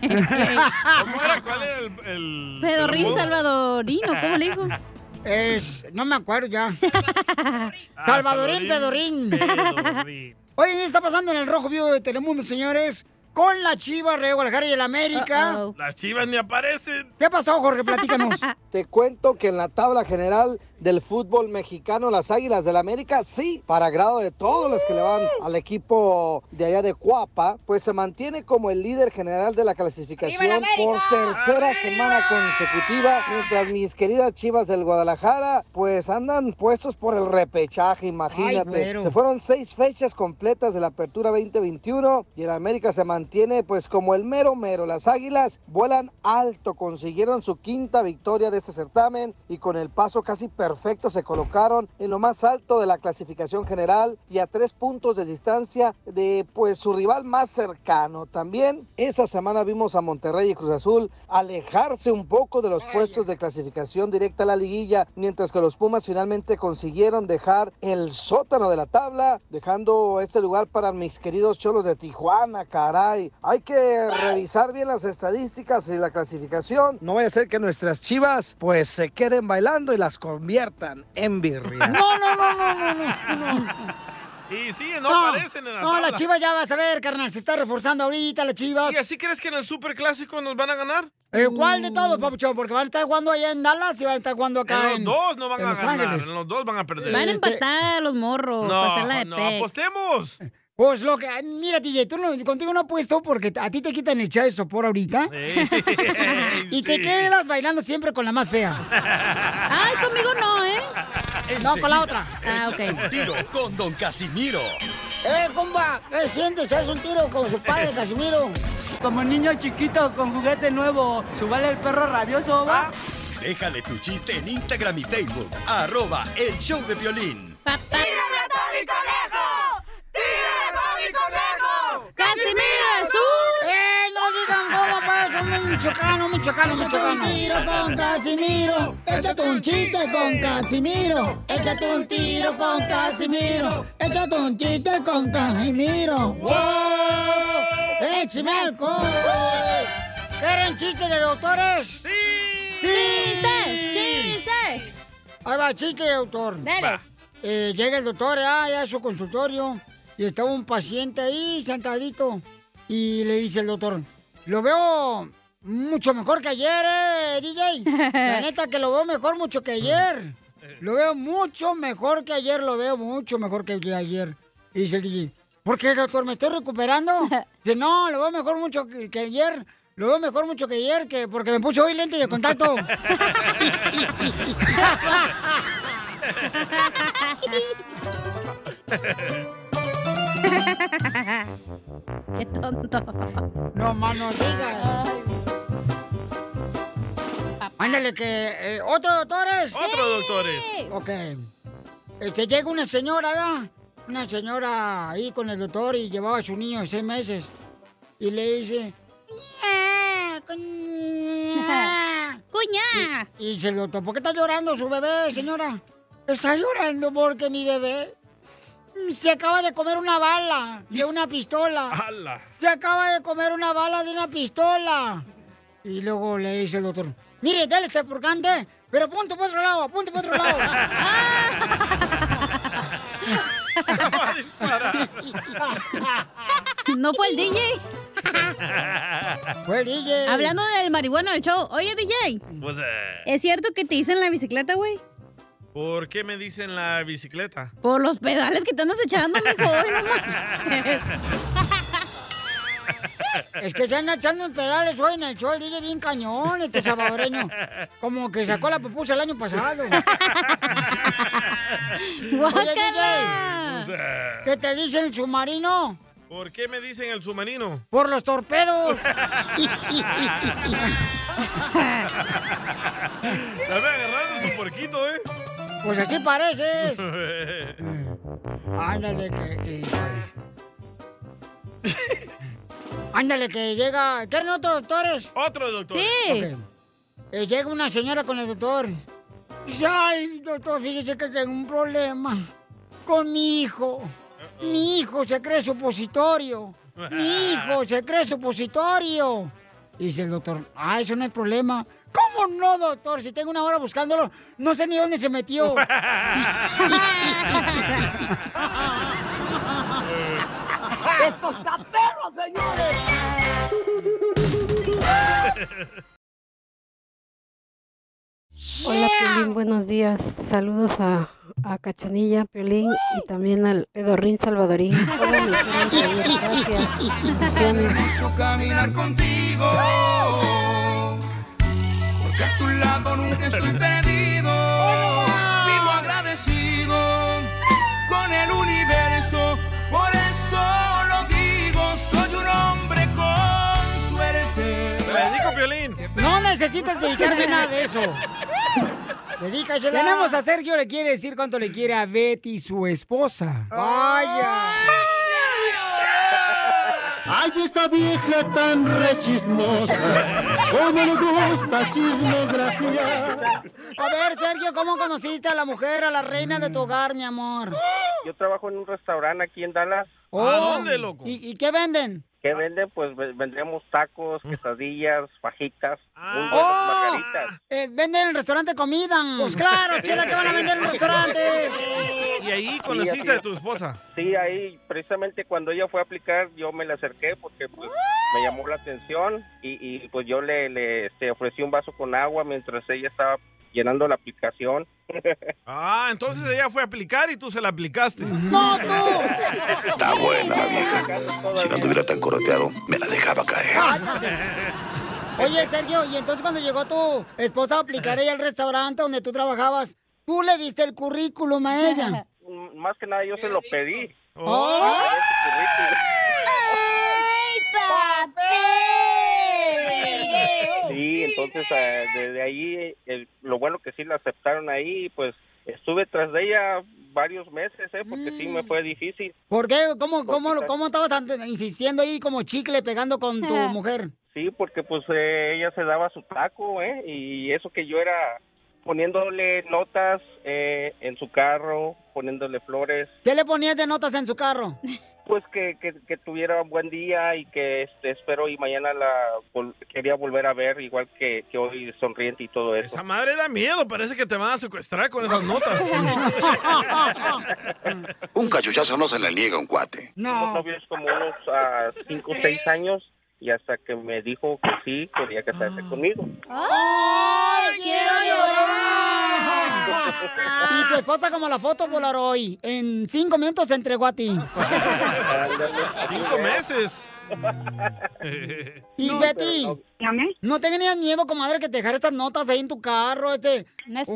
[SPEAKER 3] ¿Cómo era? ¿Cuál era el...? el- el
[SPEAKER 2] Pedorrín
[SPEAKER 3] apodo?
[SPEAKER 2] salvadorino, ¿cómo le digo?
[SPEAKER 1] Oh. Es, no me acuerdo
[SPEAKER 3] <laughs>
[SPEAKER 1] ya. Ah,
[SPEAKER 3] Ah,
[SPEAKER 1] Salvadorín,
[SPEAKER 2] Salvadorín,
[SPEAKER 1] Pedorín.
[SPEAKER 2] <laughs>
[SPEAKER 1] <laughs> Oye, ¿qué está pasando en el Rojo Vivo de Telemundo, señores? Con la Chiva, Rey Guadalajara y el América.
[SPEAKER 3] Las chivas ni aparecen.
[SPEAKER 1] ¿Qué pasó, Jorge? Platícanos.
[SPEAKER 4] <laughs> Te cuento que en la tabla general del fútbol mexicano, las Águilas del América, sí, para agrado de todos los que le van al equipo de allá de Cuapa, pues se mantiene como el líder general de la clasificación por tercera semana consecutiva, mientras mis queridas Chivas del Guadalajara, pues andan puestos por el repechaje, imagínate.
[SPEAKER 1] güero.
[SPEAKER 4] Se fueron seis fechas completas de la apertura 2021 y el América se mantiene pues como el mero mero. Las Águilas vuelan alto, consiguieron su quinta victoria de este certamen y con el paso casi perfecto se colocaron en lo más alto de la clasificación general y a tres puntos de distancia de pues su rival más cercano. También esa semana vimos a Monterrey y Cruz Azul alejarse un poco de los puestos de clasificación directa a la liguilla, mientras que los Pumas finalmente consiguieron dejar el sótano de la tabla, dejando este lugar para mis queridos cholos de Tijuana, caray. Hay que revisar bien las estadísticas y la clasificación. No vaya a ser que nuestras chivas pues se queden bailando y las conviertan en birria.
[SPEAKER 1] No, no, no, no, no, no. no.
[SPEAKER 3] Y sí, <laughs> no, aparecen en la
[SPEAKER 1] no,
[SPEAKER 3] tabla.
[SPEAKER 1] la chiva ya vas a ver, carnal. Se está reforzando ahorita las chivas.
[SPEAKER 3] ¿Y así crees que en el superclásico nos van a ganar?
[SPEAKER 1] Eh, ¿Cuál de todos, Papuchón? Porque van a estar jugando allá en Dallas y van a estar jugando
[SPEAKER 3] En
[SPEAKER 1] acá
[SPEAKER 3] los
[SPEAKER 1] en.
[SPEAKER 3] dos no van
[SPEAKER 1] en
[SPEAKER 3] a
[SPEAKER 1] Los
[SPEAKER 3] ganar,
[SPEAKER 1] Ángeles. Eh, Este,
[SPEAKER 3] en los dos van a perder.
[SPEAKER 2] Van a empatar los morros.
[SPEAKER 3] No,
[SPEAKER 2] para hacer la de
[SPEAKER 3] no,
[SPEAKER 2] Pex.
[SPEAKER 3] apostemos.
[SPEAKER 1] Pues lo que. Mira, DJ, tú no- contigo no apuesto porque a ti te quitan el chai de sopor ahorita. y te quedas bailando siempre con la más fea.
[SPEAKER 2] Ay, conmigo no, ¿eh?
[SPEAKER 1] No, con la otra.
[SPEAKER 2] Ah,
[SPEAKER 6] Échate
[SPEAKER 2] ok.
[SPEAKER 6] un tiro con Don Casimiro.
[SPEAKER 1] ¡Eh, compa! ¿Qué sientes? ¿Haz un tiro con su <laughs> padre, Casimiro?
[SPEAKER 20] Como niño chiquito con juguete nuevo, subale el perro rabioso, va.
[SPEAKER 6] Déjale tu chiste en Instagram y Facebook. Arroba el show de violín.
[SPEAKER 1] ¡Casimiro
[SPEAKER 3] <laughs>
[SPEAKER 2] <laughs>
[SPEAKER 1] Azul! ¡Eh, no digan cómo pues! somos ¡Michoacano, michoacano, michoacano! un tiro con Casimiro! ¡Échate un chiste con Casimiro! ¡Échate un tiro con Casimiro! ¡Échate un chiste con Casimiro! ¡Wow! ¡Échame alcohol! ¿Quieren chiste de doctores? ¡Sí! ¡Chiste! ¡Chiste! Ahí va, chiste de doctor.
[SPEAKER 2] Dale.
[SPEAKER 1] Eh, llega el doctor ah, ya a su consultorio y estaba un paciente ahí sentadito y le dice el doctor, lo veo mucho mejor que ayer, eh, DJ. La neta que lo veo mejor mucho que ayer. Lo veo mucho mejor que ayer, lo veo mucho mejor que ayer. Y dice el DJ, ¿por qué, doctor? ¿Me estoy recuperando? Dice, no, lo veo mejor mucho que, que ayer. Lo veo mejor mucho que ayer, que porque me puse hoy lente de contacto.
[SPEAKER 2] Qué tonto.
[SPEAKER 1] No más no digas. <laughs> Ándale, que. eh, ¿Otro doctores?
[SPEAKER 3] Otro doctores.
[SPEAKER 1] Ok. Este, llega una señora, ¿verdad? Una señora ahí con el doctor y llevaba a su niño de seis meses. Y le dice. "Ña, cuña". Y, y dice el doctor, ¿por qué está llorando su bebé, señora? Está llorando porque mi bebé mm, se acaba de comer una bala de una
[SPEAKER 3] <laughs>
[SPEAKER 1] pistola.
[SPEAKER 3] ¡Hala!
[SPEAKER 1] Se acaba de comer una bala de una pistola. Y luego le dice el doctor, mire, dale este purgante, pero apunte por otro lado, apunte por otro lado.
[SPEAKER 2] ¿No fue el DJ?
[SPEAKER 1] Fue el DJ.
[SPEAKER 2] Hablando del marihuana del show. Oye, DJ,
[SPEAKER 3] Pues, eh,
[SPEAKER 2] ¿es cierto que te hice en la bicicleta, güey?
[SPEAKER 3] ¿Por qué me dicen la bicicleta?
[SPEAKER 2] Por los pedales que te andas echando, mijo. Ay, no manches.
[SPEAKER 3] <laughs>
[SPEAKER 1] Es que se andan echando en pedales hoy en el show, el DJ bien cañón, este salvadoreño. Como que sacó la pupusa el año pasado. Oye,
[SPEAKER 2] ¡Guácala!
[SPEAKER 1] DJ, ¿qué te dice el submarino?
[SPEAKER 3] ¿Por qué me dicen el submarino?
[SPEAKER 1] Por los torpedos.
[SPEAKER 3] <laughs> La ve agarrando su porquito, ¿eh?
[SPEAKER 1] Pues así
[SPEAKER 3] <laughs>
[SPEAKER 1] pareces. Ándale que. eh, que- Ándale que llega. ¿Quieren otros doctores?
[SPEAKER 3] Otros doctores.
[SPEAKER 1] Sí. Eh, llega una señora con el doctor. Dice, Ay, doctor, fíjese que tengo un problema con mi hijo. Mi hijo se cree supositorio. Mi hijo se cree supositorio. Y dice el doctor, ah, eso no es problema. ¿Cómo no, doctor? Si tengo una hora buscándolo, no sé ni dónde se metió.
[SPEAKER 14] ¡Esto está perro, señores!
[SPEAKER 7] <laughs> Hola, Piolín, buenos días. Saludos a, a Cachanilla, Piolín y también al Pedorrín <laughs> Salvadorín. Hola, mi gente, gracias.
[SPEAKER 14] gusto caminar contigo. Porque a tu lado nunca estoy perdido. Vivo agradecido con el universo. Por eso lo digo, soy un hombre con suerte.
[SPEAKER 3] Te la dedico, Piolín.
[SPEAKER 1] No necesitas dedicarme nada de eso. Dedícasela. Tenemos a Sergio, le quiere decir cuánto le quiere a Betty, su esposa. ¡Vaya!
[SPEAKER 14] Ay, esta vieja tan rechismosa, como le gusta chismografía.
[SPEAKER 1] A ver, Sergio, ¿cómo conociste a la mujer, a la reina de tu hogar, mi amor?
[SPEAKER 10] Yo trabajo en un restaurante aquí en Dallas.
[SPEAKER 1] Oh, ¿Y, y qué venden?
[SPEAKER 10] ¿Qué vende? Pues ve- vendemos tacos, quesadillas, fajitas,
[SPEAKER 3] Ah.
[SPEAKER 10] muy buenas margaritas.
[SPEAKER 1] Oh, Eh, venden en el restaurante comida. Pues claro, chela, que van a vender en el restaurante.
[SPEAKER 10] ¿Y ahí
[SPEAKER 3] conociste a tu esposa?
[SPEAKER 10] Sí, ahí precisamente cuando ella fue a aplicar yo me le acerqué porque pues, me llamó la atención y, y, pues yo le, le este, ofrecí un vaso con agua mientras ella estaba llenando la aplicación. <laughs>
[SPEAKER 3] Ah, entonces ella fue a aplicar y tú se la aplicaste.
[SPEAKER 1] ¡No, tú!
[SPEAKER 21] Está buena la vieja. Si no te hubiera tan correteado, me la dejaba caer.
[SPEAKER 1] Cállate. Oye, Sergio, y entonces cuando llegó tu esposa a aplicar ella al restaurante donde tú trabajabas, tú le viste el currículum a <laughs> ella.
[SPEAKER 10] M- Más que nada yo se lo pedí.
[SPEAKER 1] ¡Oh!
[SPEAKER 10] Sí, entonces eh, desde ahí, el- lo bueno que sí la aceptaron ahí, pues estuve tras de ella varios meses, eh, porque sí me fue difícil.
[SPEAKER 1] ¿Por qué? ¿Cómo, cómo, cómo estabas tan- insistiendo ahí como chicle pegando con <laughs> tu mujer?
[SPEAKER 10] Sí, porque pues eh, ella se daba su taco, ¿eh? Y eso que yo era poniéndole notas eh, en su carro, poniéndole flores,
[SPEAKER 1] ¿Qué le ponías de notas en su carro?
[SPEAKER 10] pues que, que, que tuviera un buen día y que este, espero y mañana la vol- quería volver a ver igual que, que hoy sonriente y todo eso.
[SPEAKER 3] Esa madre da miedo, parece que te van a secuestrar con esas notas.
[SPEAKER 21] Un cachuchazo no se le niega a un cuate.
[SPEAKER 10] Fuimos novios como unos ah, cinco o seis años y hasta que me dijo que sí, quería casarse conmigo.
[SPEAKER 1] ¡Ay, <laughs> quiero llorar! Y tu esposa como la foto Polaroid. En cinco minutos se entregó a <laughs> ti.
[SPEAKER 3] <laughs> Cinco meses. <laughs>
[SPEAKER 1] Y Betty, ¿no tenías miedo, comadre, que te dejara estas notas ahí en tu carro? Este, un, este,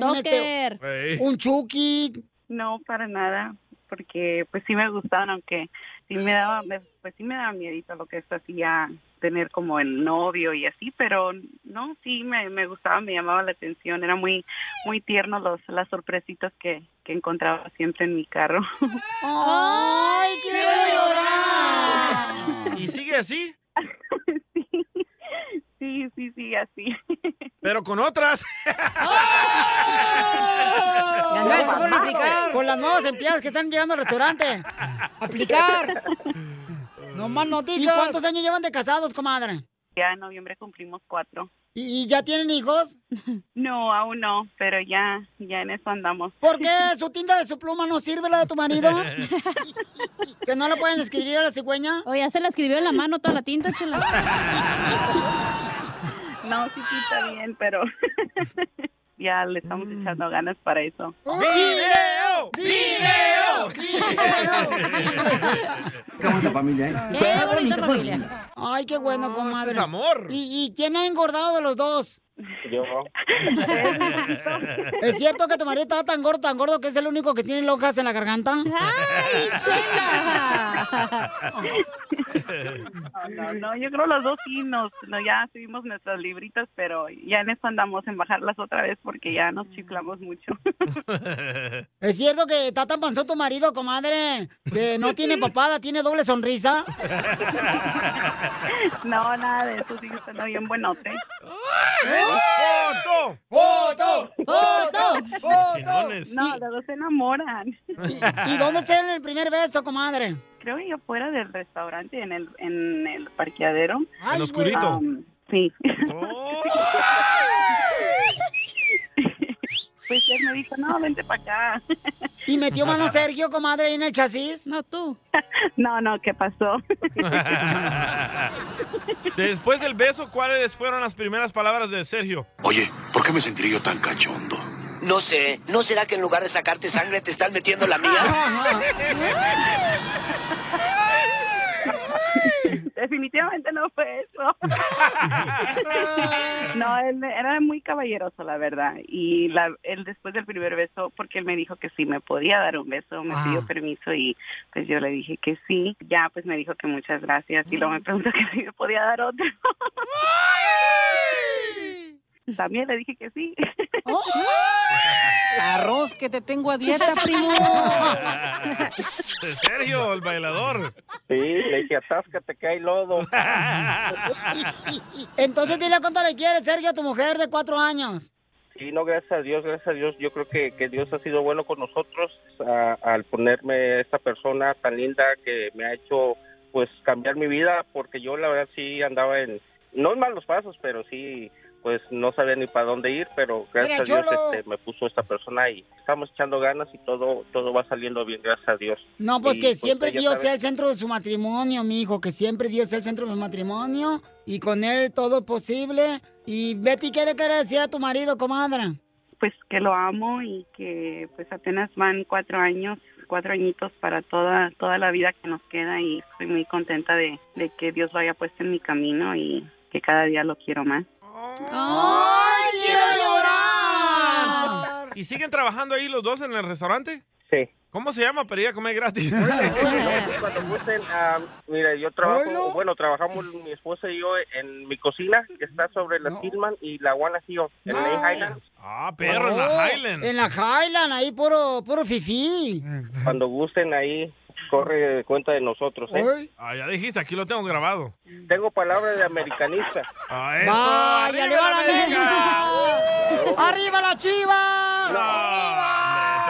[SPEAKER 22] stalker.
[SPEAKER 3] Ey.
[SPEAKER 1] un chuki.
[SPEAKER 22] No, para nada, porque pues sí me gustaban, aunque sí me daba, me- pues sí me daba miedito lo que esto hacía tener como el novio y así, pero no, sí me, me gustaba, me llamaba la atención, era muy muy tierno los las sorpresitas que, que encontraba siempre en mi carro.
[SPEAKER 1] ¡Ay, quiero llorar!
[SPEAKER 3] ¿Y sigue así?
[SPEAKER 22] Sí, sí, sí, así.
[SPEAKER 3] Pero con otras.
[SPEAKER 1] Las
[SPEAKER 22] nuevas que fueron a aplicar.
[SPEAKER 1] Con las nuevas empleadas que están llegando al <laughs> restaurante.
[SPEAKER 22] Aplicar.
[SPEAKER 1] <laughs> No más noticias. ¿Y cuántos años llevan de casados, comadre?
[SPEAKER 22] Ya en noviembre cumplimos cuatro.
[SPEAKER 1] ¿Y, y ya tienen hijos?
[SPEAKER 22] <laughs> No, aún no, pero ya, ya en eso andamos.
[SPEAKER 1] ¿Por qué su tinta de su pluma no sirve la de tu
[SPEAKER 22] <laughs>
[SPEAKER 1] marido? ¿Que no la pueden escribir a la cigüeña?
[SPEAKER 2] O ya se la escribió en la mano toda la tinta, chela.
[SPEAKER 22] No, sí, sí, está bien, pero <laughs> ya le estamos
[SPEAKER 1] Mm.
[SPEAKER 22] echando ganas para eso.
[SPEAKER 3] ¡Video!
[SPEAKER 22] ¡Video!
[SPEAKER 23] Qué bonita familia, ¿eh?
[SPEAKER 1] Ay, qué bueno, comadre.
[SPEAKER 23] ese es amor.
[SPEAKER 1] ¿Y, y quién ha engordado de los
[SPEAKER 22] <laughs>
[SPEAKER 1] dos?
[SPEAKER 3] <laughs>
[SPEAKER 10] Yo.
[SPEAKER 1] ¿Es cierto que tu marido está tan gordo, tan gordo que es el único que tiene lonjas en la garganta?
[SPEAKER 22] Ah.
[SPEAKER 1] ¡Ay,
[SPEAKER 3] <laughs>
[SPEAKER 22] No, no, no, yo creo los dos sí nos, no, ya subimos nuestras libritas, pero ya en eso andamos en bajarlas otra vez porque ya nos chiflamos mucho.
[SPEAKER 1] ¿Es cierto que está tan panzón tu marido, comadre, que
[SPEAKER 22] <laughs>
[SPEAKER 1] no tiene papada, tiene doble sonrisa?
[SPEAKER 22] No, nada de eso, sigue estando bien buenote.
[SPEAKER 3] <laughs> ¡Foto!
[SPEAKER 22] ¡Foto!
[SPEAKER 1] ¡Foto! ¡Foto! Chinones.
[SPEAKER 22] No, los dos se enamoran.
[SPEAKER 1] ¿Y dónde se dan el primer beso, comadre?
[SPEAKER 22] Creo yo fuera del restaurante, en el, en el parqueadero.
[SPEAKER 1] Ay, En oscurito.
[SPEAKER 22] Um, sí. <laughs> pues él me dijo, no, vente para acá.
[SPEAKER 1] ¿Y metió
[SPEAKER 22] <laughs>
[SPEAKER 1] mano Sergio, comadre, ahí en el chasis?
[SPEAKER 2] No, tú.
[SPEAKER 22] No, no, ¿qué pasó?
[SPEAKER 3] Después del beso, ¿cuáles fueron las primeras palabras de Sergio?
[SPEAKER 21] Oye, ¿por qué me sentiré yo tan cachondo?
[SPEAKER 24] <laughs> No sé, ¿no será que en lugar de sacarte sangre te están metiendo la mía?
[SPEAKER 22] <laughs> Definitivamente no fue eso. <laughs> no, él era muy caballeroso, la verdad. Y la, él después del primer beso, porque él me dijo que sí me podía dar un beso, me
[SPEAKER 13] Ah.
[SPEAKER 22] pidió permiso y pues yo le dije que sí. Ya pues me dijo que muchas gracias y luego
[SPEAKER 13] Mm.
[SPEAKER 22] me preguntó que si me podía
[SPEAKER 13] <laughs>
[SPEAKER 22] dar otro. También le dije que sí. <laughs>
[SPEAKER 13] Arroz que te tengo a dieta, primo.
[SPEAKER 3] Sergio, el bailador.
[SPEAKER 10] Sí, le dije, atáscate que hay
[SPEAKER 3] <laughs>
[SPEAKER 10] lodo.
[SPEAKER 1] Entonces dile cuánto le quieres, Sergio, a tu mujer de cuatro años.
[SPEAKER 10] Sí, no, gracias a Dios, gracias a Dios. Yo creo que, que Dios ha sido bueno con nosotros a- al ponerme esta persona tan linda que me ha hecho pues cambiar mi vida porque yo la verdad sí andaba en no en malos pasos, pero sí pues no sabía ni para dónde ir, pero gracias
[SPEAKER 1] Mira,
[SPEAKER 10] a Dios
[SPEAKER 1] Cholo.
[SPEAKER 10] este, me puso esta persona y estamos echando ganas y todo todo va saliendo bien, gracias a Dios.
[SPEAKER 1] No, pues
[SPEAKER 10] Y,
[SPEAKER 1] que siempre
[SPEAKER 10] ella
[SPEAKER 1] Dios
[SPEAKER 10] sabe-
[SPEAKER 1] sea el centro de su matrimonio, mi hijo, que siempre Dios sea el centro de su matrimonio y con él todo es posible. Y Betty, ¿qué le quiere decir a tu marido, comadre?
[SPEAKER 22] Pues que lo amo y que pues apenas van cuatro años, cuatro añitos para toda toda la vida que nos queda y estoy muy contenta de, de que Dios lo haya puesto en mi camino y que cada día lo quiero más.
[SPEAKER 1] <laughs> ¡Ay, quiero
[SPEAKER 3] llorar! ¿Y siguen trabajando ahí los dos en el restaurante?
[SPEAKER 10] Sí.
[SPEAKER 3] ¿Cómo se llama para ir a comer
[SPEAKER 10] <laughs>
[SPEAKER 3] gratis?
[SPEAKER 10] Cuando gusten, ah, mira, yo trabajo, bueno, trabajamos mi esposa y yo en mi cocina, que está sobre la Tillman y la One Hill, en la Highlands.
[SPEAKER 3] Ah,
[SPEAKER 1] perro, en la Oh, Highlands. En la Highland, ahí puro, puro fifí.
[SPEAKER 10] Cuando gusten ahí, corre cuenta de nosotros, ¿eh?
[SPEAKER 3] Ah, ya dijiste, aquí lo tengo grabado.
[SPEAKER 10] Tengo palabras
[SPEAKER 3] <laughs>
[SPEAKER 10] de americanista.
[SPEAKER 3] Ah,
[SPEAKER 1] eso, Vaya, arriba le va la la América. <laughs> ¡Arriba las chivas!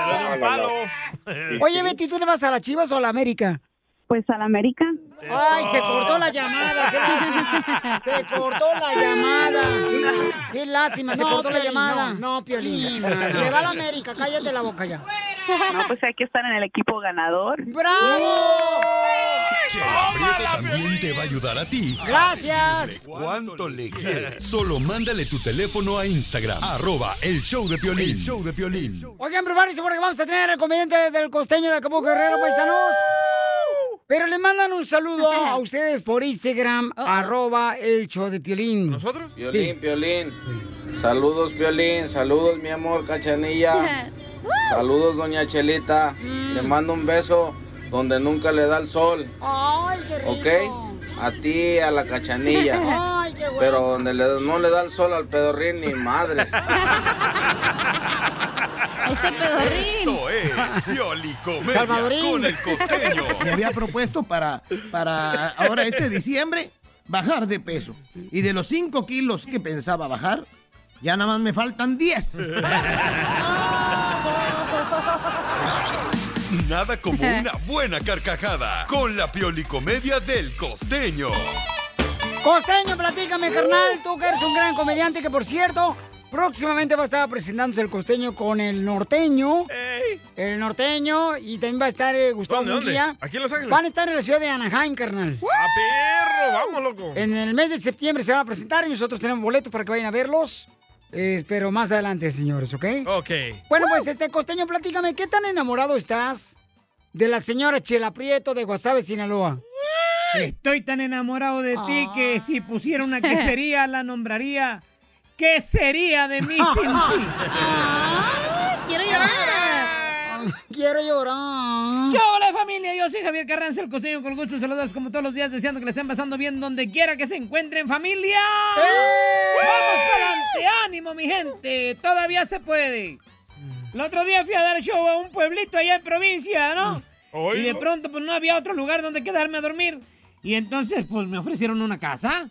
[SPEAKER 3] Pero de un palo.
[SPEAKER 1] <laughs> Oye, Betty, ¿tú le vas a las chivas o a la América?
[SPEAKER 22] Pues a la América.
[SPEAKER 1] ¡Ay, se cortó la llamada! ¡Qué lástima!
[SPEAKER 17] <laughs>
[SPEAKER 1] ¡Se cortó la llamada! ¡Qué lástima! Se
[SPEAKER 22] No,
[SPEAKER 1] cortó la
[SPEAKER 22] Piolín,
[SPEAKER 1] llamada.
[SPEAKER 22] no,
[SPEAKER 1] No, Piolín.
[SPEAKER 22] no, no.
[SPEAKER 1] Le va a la América, cállate la boca ya.
[SPEAKER 22] No, pues hay que estar en el equipo ganador.
[SPEAKER 1] ¡Bravo!
[SPEAKER 6] Chela Prieto también te va a ayudar a ti.
[SPEAKER 1] ¡Gracias!
[SPEAKER 6] ¿Cuánto le quieres? Solo mándale tu teléfono a Instagram, arroba el show de Piolín. show de
[SPEAKER 1] Oigan, prepárense porque vamos a tener al comediante del costeño de Acapulco Guerrero, paisanos. Pero le mandan un saludo a ustedes por Instagram, arroba el show de Piolín.
[SPEAKER 3] ¿Nosotros?
[SPEAKER 17] Piolín, Piolín. Saludos, Piolín. Saludos, mi amor,
[SPEAKER 1] <laughs>
[SPEAKER 17] cachanilla. Saludos, doña Chelita.
[SPEAKER 1] Mm.
[SPEAKER 17] Le mando un beso donde nunca le da el sol,
[SPEAKER 1] ¡Ay, qué rico!
[SPEAKER 17] ¿ok? A ti, a la cachanilla.
[SPEAKER 1] ¡Ay, qué bueno!
[SPEAKER 17] Pero
[SPEAKER 1] <laughs>
[SPEAKER 17] donde le- no le da el sol al pedorrín ni madres.
[SPEAKER 1] Ese
[SPEAKER 6] Esto es Pioli Comedia
[SPEAKER 12] Salvadorín.
[SPEAKER 6] con el costeño.
[SPEAKER 12] <laughs> Me había propuesto para, para ahora este diciembre bajar de peso. Y de los 5 kilos que pensaba bajar, ya nada más me
[SPEAKER 13] <laughs>
[SPEAKER 12] faltan 10.
[SPEAKER 6] Nada como una buena carcajada con la Pioli Comedia del costeño.
[SPEAKER 1] Costeño, platícame, carnal. Tú que eres un gran comediante, que por cierto, próximamente va a estar presentándose el costeño con el norteño. El norteño y también va a estar eh, Gustavo
[SPEAKER 3] ¿Dónde, dónde?
[SPEAKER 1] Munguía.
[SPEAKER 3] ¿Aquí en Los Ángeles?
[SPEAKER 1] Van a estar en la ciudad de Anaheim, carnal.
[SPEAKER 3] ¡Ah, perro! ¡Vamos, loco!
[SPEAKER 1] En el mes de septiembre se van a presentar y nosotros tenemos boletos para que vayan a verlos. Eh, pero más adelante, señores, ¿ok?
[SPEAKER 3] Ok.
[SPEAKER 1] Bueno, pues este costeño, platícame, ¿qué tan enamorado estás de la señora Chela Prieto de Guasave, Sinaloa?
[SPEAKER 5] <laughs> Estoy tan enamorado de ti que si pusiera una quesería la nombraría ¿Qué sería de mí sin ti?
[SPEAKER 1] <laughs>
[SPEAKER 2] ¡Quiero llorar!
[SPEAKER 1] ¡Quiero llorar!
[SPEAKER 5] ¡Qué hola familia! Yo soy Javier Carranza, el costeño con gusto. Saludos como todos los días, deseando que le estén pasando bien donde quiera que se encuentren familia.
[SPEAKER 1] ¡Eh!
[SPEAKER 5] ¡Vamos para adelante! ¡Ánimo mi gente! Todavía se puede. El otro día fui a dar show a un pueblito allá en provincia, ¿no? Y de pronto, pues no había otro lugar donde quedarme a dormir. Y entonces, pues me ofrecieron una casa.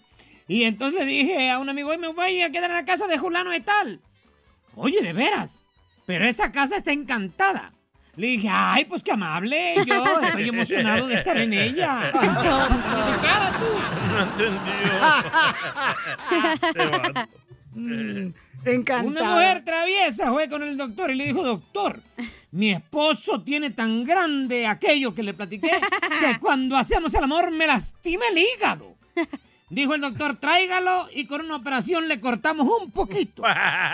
[SPEAKER 5] Y entonces le dije a un amigo, "Oye, me voy a quedar en la casa de Julano de tal. Oye, de veras. Pero esa casa está encantada. Le dije, ay, pues qué amable. Yo estoy emocionado de estar en ella.
[SPEAKER 3] No entendió.
[SPEAKER 1] Encantada.
[SPEAKER 5] Una mujer traviesa fue con el doctor y le dijo, doctor, mi esposo tiene tan grande aquello que le platiqué que cuando hacemos el amor me lastima el hígado. Dijo el doctor, tráigalo y con una operación le cortamos un poquito.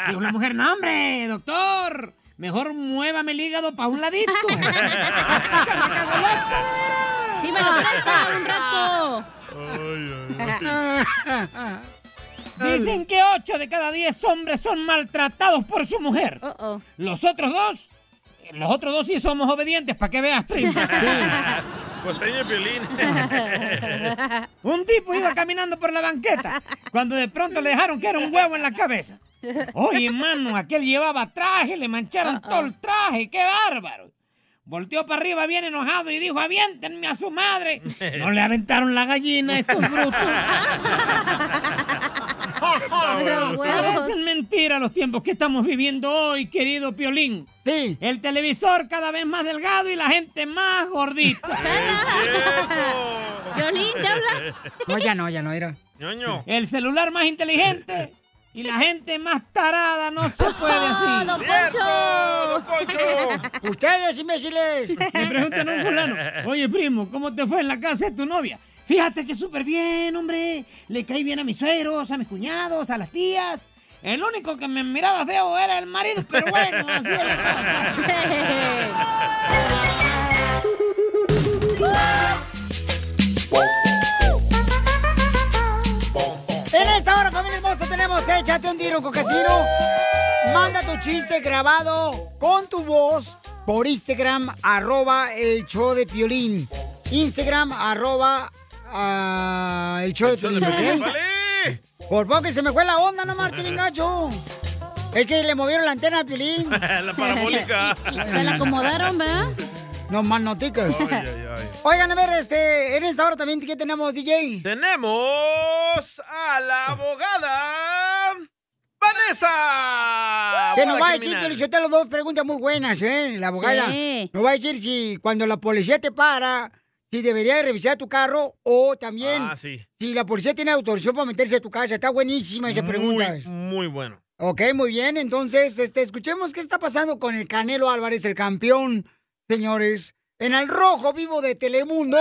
[SPEAKER 5] Dijo la mujer, no hombre, doctor, mejor muévame el hígado para un ladito. ¡Chamaca golosa,
[SPEAKER 1] <laughs>
[SPEAKER 5] de veras!
[SPEAKER 2] ¡Sí, me lo presta un rato!
[SPEAKER 5] Dicen que 8 de cada 10 hombres son maltratados por su mujer. Los otros dos, los otros dos sí somos obedientes, para que veas, primo. <laughs>
[SPEAKER 3] Costeño y Piolín.
[SPEAKER 5] Un tipo iba caminando por la banqueta cuando de pronto le dejaron que era un huevo en la cabeza. Oye, mano, aquel llevaba traje, le mancharon todo el traje, qué bárbaro. Volteó para arriba bien enojado y dijo, aviéntenme a su madre. No le aventaron la gallina a
[SPEAKER 13] <laughs>
[SPEAKER 5] estos brutos. Parecen mentira los tiempos que estamos viviendo hoy, querido Piolín.
[SPEAKER 1] Sí.
[SPEAKER 5] El <laughs> televisor cada vez más delgado y la gente más gordita. Violín, ¿te habla?
[SPEAKER 1] No, ya no, ya no, era.
[SPEAKER 3] Ñoño.
[SPEAKER 5] El celular más
[SPEAKER 1] <laughs>
[SPEAKER 5] inteligente y la gente más tarada no se puede así.
[SPEAKER 1] ¡Ah, ¡Don Poncho! <laughs> Ustedes, imbéciles.
[SPEAKER 5] Me preguntan a un fulano, oye primo, ¿cómo te fue en la casa de tu novia? Fíjate que súper bien, hombre. Le caí bien a mis suegros, a mis cuñados, a las tías. El único que me miraba feo era el marido, pero bueno, así es la cosa.
[SPEAKER 1] En esta hora, familia hermosa, tenemos Échate un tiro con Casimiro. Manda tu chiste grabado con tu voz por Instagram, arroba el show de Piolín. Instagram, arroba ah, el show de Piolín, ¿ok? Por poco que se me fue la onda, no más, gacho. Es que le movieron la antena a Piolín.
[SPEAKER 3] <laughs> la parabólica.
[SPEAKER 2] Se la acomodaron, ¿verdad?
[SPEAKER 1] No más noticas.
[SPEAKER 3] Ay, ay, ay.
[SPEAKER 1] Oigan, a ver, este, en esta hora también, ¿qué tenemos, DJ?
[SPEAKER 3] Tenemos a la abogada Vanessa.
[SPEAKER 1] Que nos va
[SPEAKER 3] abogada
[SPEAKER 1] a decir,
[SPEAKER 3] Ah, criminal.
[SPEAKER 1] Pio Lichotelo, dos preguntas muy buenas, ¿eh? La abogada.
[SPEAKER 3] Sí.
[SPEAKER 1] Nos va a decir si cuando la policía te para, si debería de revisar tu carro o también
[SPEAKER 3] Ah, sí.
[SPEAKER 1] si la policía tiene autorización para meterse a tu casa. Está buenísima esa pregunta.
[SPEAKER 3] Muy, muy bueno.
[SPEAKER 1] Ok, muy bien. Entonces, este, escuchemos qué está pasando con el Canelo Álvarez, el campeón, señores, en el rojo vivo de Telemundo.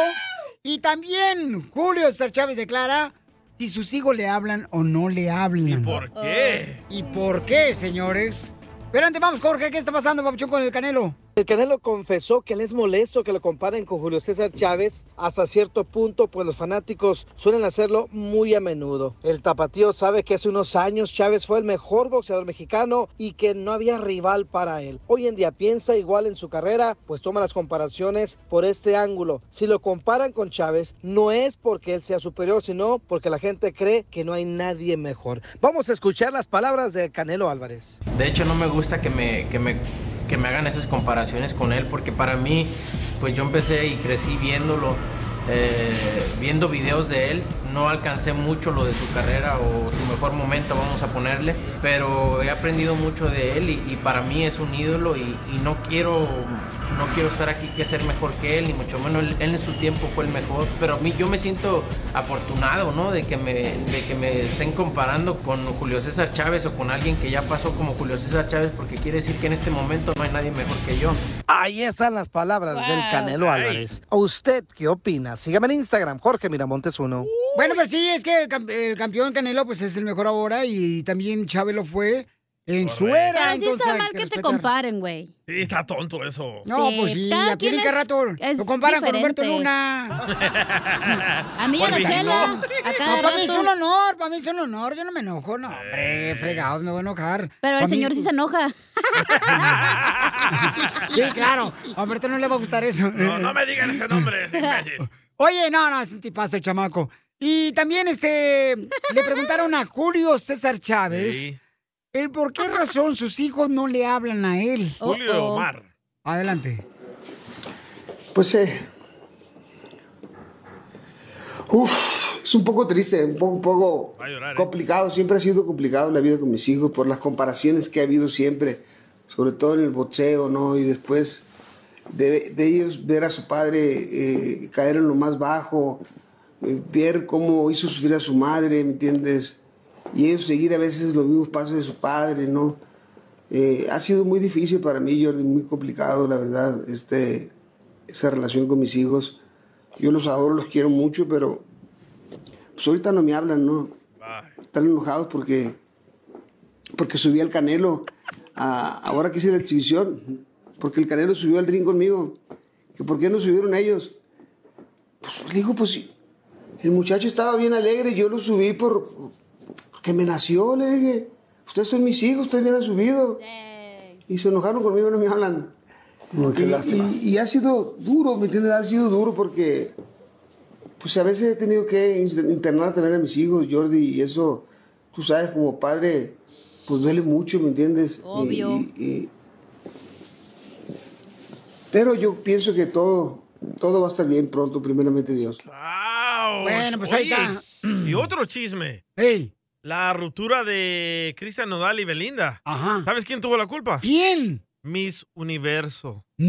[SPEAKER 1] Y también Julio César Chávez declara si sus hijos le hablan o no le hablan. ¿Y por
[SPEAKER 3] qué?
[SPEAKER 1] ¿Y por qué, señores? Pero antes vamos, Jorge, ¿qué está pasando, papuchón, con el Canelo?
[SPEAKER 4] El Canelo confesó que le es molesto que lo comparen con Julio César Chávez hasta cierto punto, pues los fanáticos suelen hacerlo muy a menudo. El tapatío sabe que hace unos años Chávez fue el mejor boxeador mexicano y que no había rival para él. Hoy en día piensa igual en su carrera, pues toma las comparaciones por este ángulo. Si lo comparan con Chávez, no es porque él sea superior, sino porque la gente cree que no hay nadie mejor. Vamos a escuchar las palabras de Canelo Álvarez.
[SPEAKER 18] De hecho, no me gusta que me, que me, que me hagan esas comparaciones con él, porque para mí, pues yo empecé y crecí viéndolo, eh, viendo videos de él. No alcancé mucho lo de su carrera o su mejor momento, vamos a ponerle, pero he aprendido mucho de él y, y para mí es un ídolo y, y no quiero... No quiero estar aquí que ser mejor que él, ni mucho menos. Él, él en su tiempo fue el mejor. Pero a mí yo me siento afortunado, ¿no? De que me, de que me estén comparando con Julio César Chávez o con alguien que ya pasó como Julio César Chávez, porque quiere decir que en este momento no hay nadie mejor que yo.
[SPEAKER 4] Ahí están las palabras del Canelo Álvarez. ¿A usted qué opina? Sígame en Instagram, Jorge Miramontes 1.
[SPEAKER 1] Bueno, pero sí, es que el, cam- el campeón Canelo pues es el mejor ahora y también Chávez lo fue en su era.
[SPEAKER 2] Pero sí
[SPEAKER 1] entonces
[SPEAKER 2] está
[SPEAKER 1] hay
[SPEAKER 2] mal que te
[SPEAKER 1] respetar.
[SPEAKER 2] comparen, güey.
[SPEAKER 3] Sí, está tonto eso.
[SPEAKER 1] No, pues sí,
[SPEAKER 2] cada
[SPEAKER 1] a Piolín
[SPEAKER 2] quien
[SPEAKER 1] cada
[SPEAKER 2] es-
[SPEAKER 1] rato
[SPEAKER 2] es
[SPEAKER 1] lo comparan con Humberto
[SPEAKER 2] diferente.
[SPEAKER 1] Luna.
[SPEAKER 2] A mí y a la
[SPEAKER 1] Porque-
[SPEAKER 2] chela. A cada
[SPEAKER 1] No, para mí es
[SPEAKER 2] rato. Eh.
[SPEAKER 1] un honor, para mí es un honor, yo no me enojo, no, hombre, fregados, me voy a enojar.
[SPEAKER 2] Pero el
[SPEAKER 1] Pa' mí-
[SPEAKER 2] señor sí se enoja.
[SPEAKER 1] <laughs> Sí, claro, a Humberto no le va a gustar eso.
[SPEAKER 3] No, no me digan ese nombre, ese imbécil.
[SPEAKER 1] <laughs> Oye, no, no, es un tipazo el chamaco. Y también este le preguntaron a Julio César Chávez
[SPEAKER 3] Sí.
[SPEAKER 1] el por qué razón sus hijos no le hablan a él.
[SPEAKER 3] Julio Omar.
[SPEAKER 1] Adelante.
[SPEAKER 8] Pues eh, uf, es un poco triste, un poco, un poco complicado. Siempre ha sido complicado la vida con mis hijos por las comparaciones que ha habido siempre, sobre todo en el boxeo, ¿no? Y después de, de ellos ver a su padre eh, caer en lo más bajo, eh, ver cómo hizo sufrir a su madre, ¿me entiendes? Y ellos seguir a veces los mismos pasos de su padre, ¿no? Eh, ha sido muy difícil para mí, Jordi, muy complicado, la verdad. Este, esa relación con mis hijos. Yo los adoro, los quiero mucho, pero pues ahorita no me hablan, ¿no? Están enojados porque, porque subí al Canelo a- ahora que hice la exhibición, porque el Canelo subió al ring conmigo. Que ¿Por qué no subieron ellos? Pues, le digo, pues el muchacho estaba bien alegre, yo lo subí por, porque me nació, le dije. Ustedes son mis hijos, ustedes me han subido. Y se enojaron conmigo, no me hablan. qué Y- lástima. Y, y ha sido duro, ¿me entiendes? Ha sido duro porque, pues a veces he tenido que in- internar también a mis hijos, Jordi, y eso, tú sabes, como padre, pues duele mucho, ¿me entiendes? Y-
[SPEAKER 2] Obvio.
[SPEAKER 8] y- y- pero yo pienso que todo, todo va a estar bien pronto, primeramente Dios.
[SPEAKER 3] Ouch.
[SPEAKER 8] Bueno, pues ahí
[SPEAKER 3] Oye,
[SPEAKER 8] está.
[SPEAKER 3] Y otro chisme. La ruptura de Cristian Nodal y Belinda.
[SPEAKER 1] Ajá.
[SPEAKER 3] ¿Sabes quién tuvo la culpa?
[SPEAKER 1] ¿Quién?
[SPEAKER 3] Miss Universo.
[SPEAKER 1] No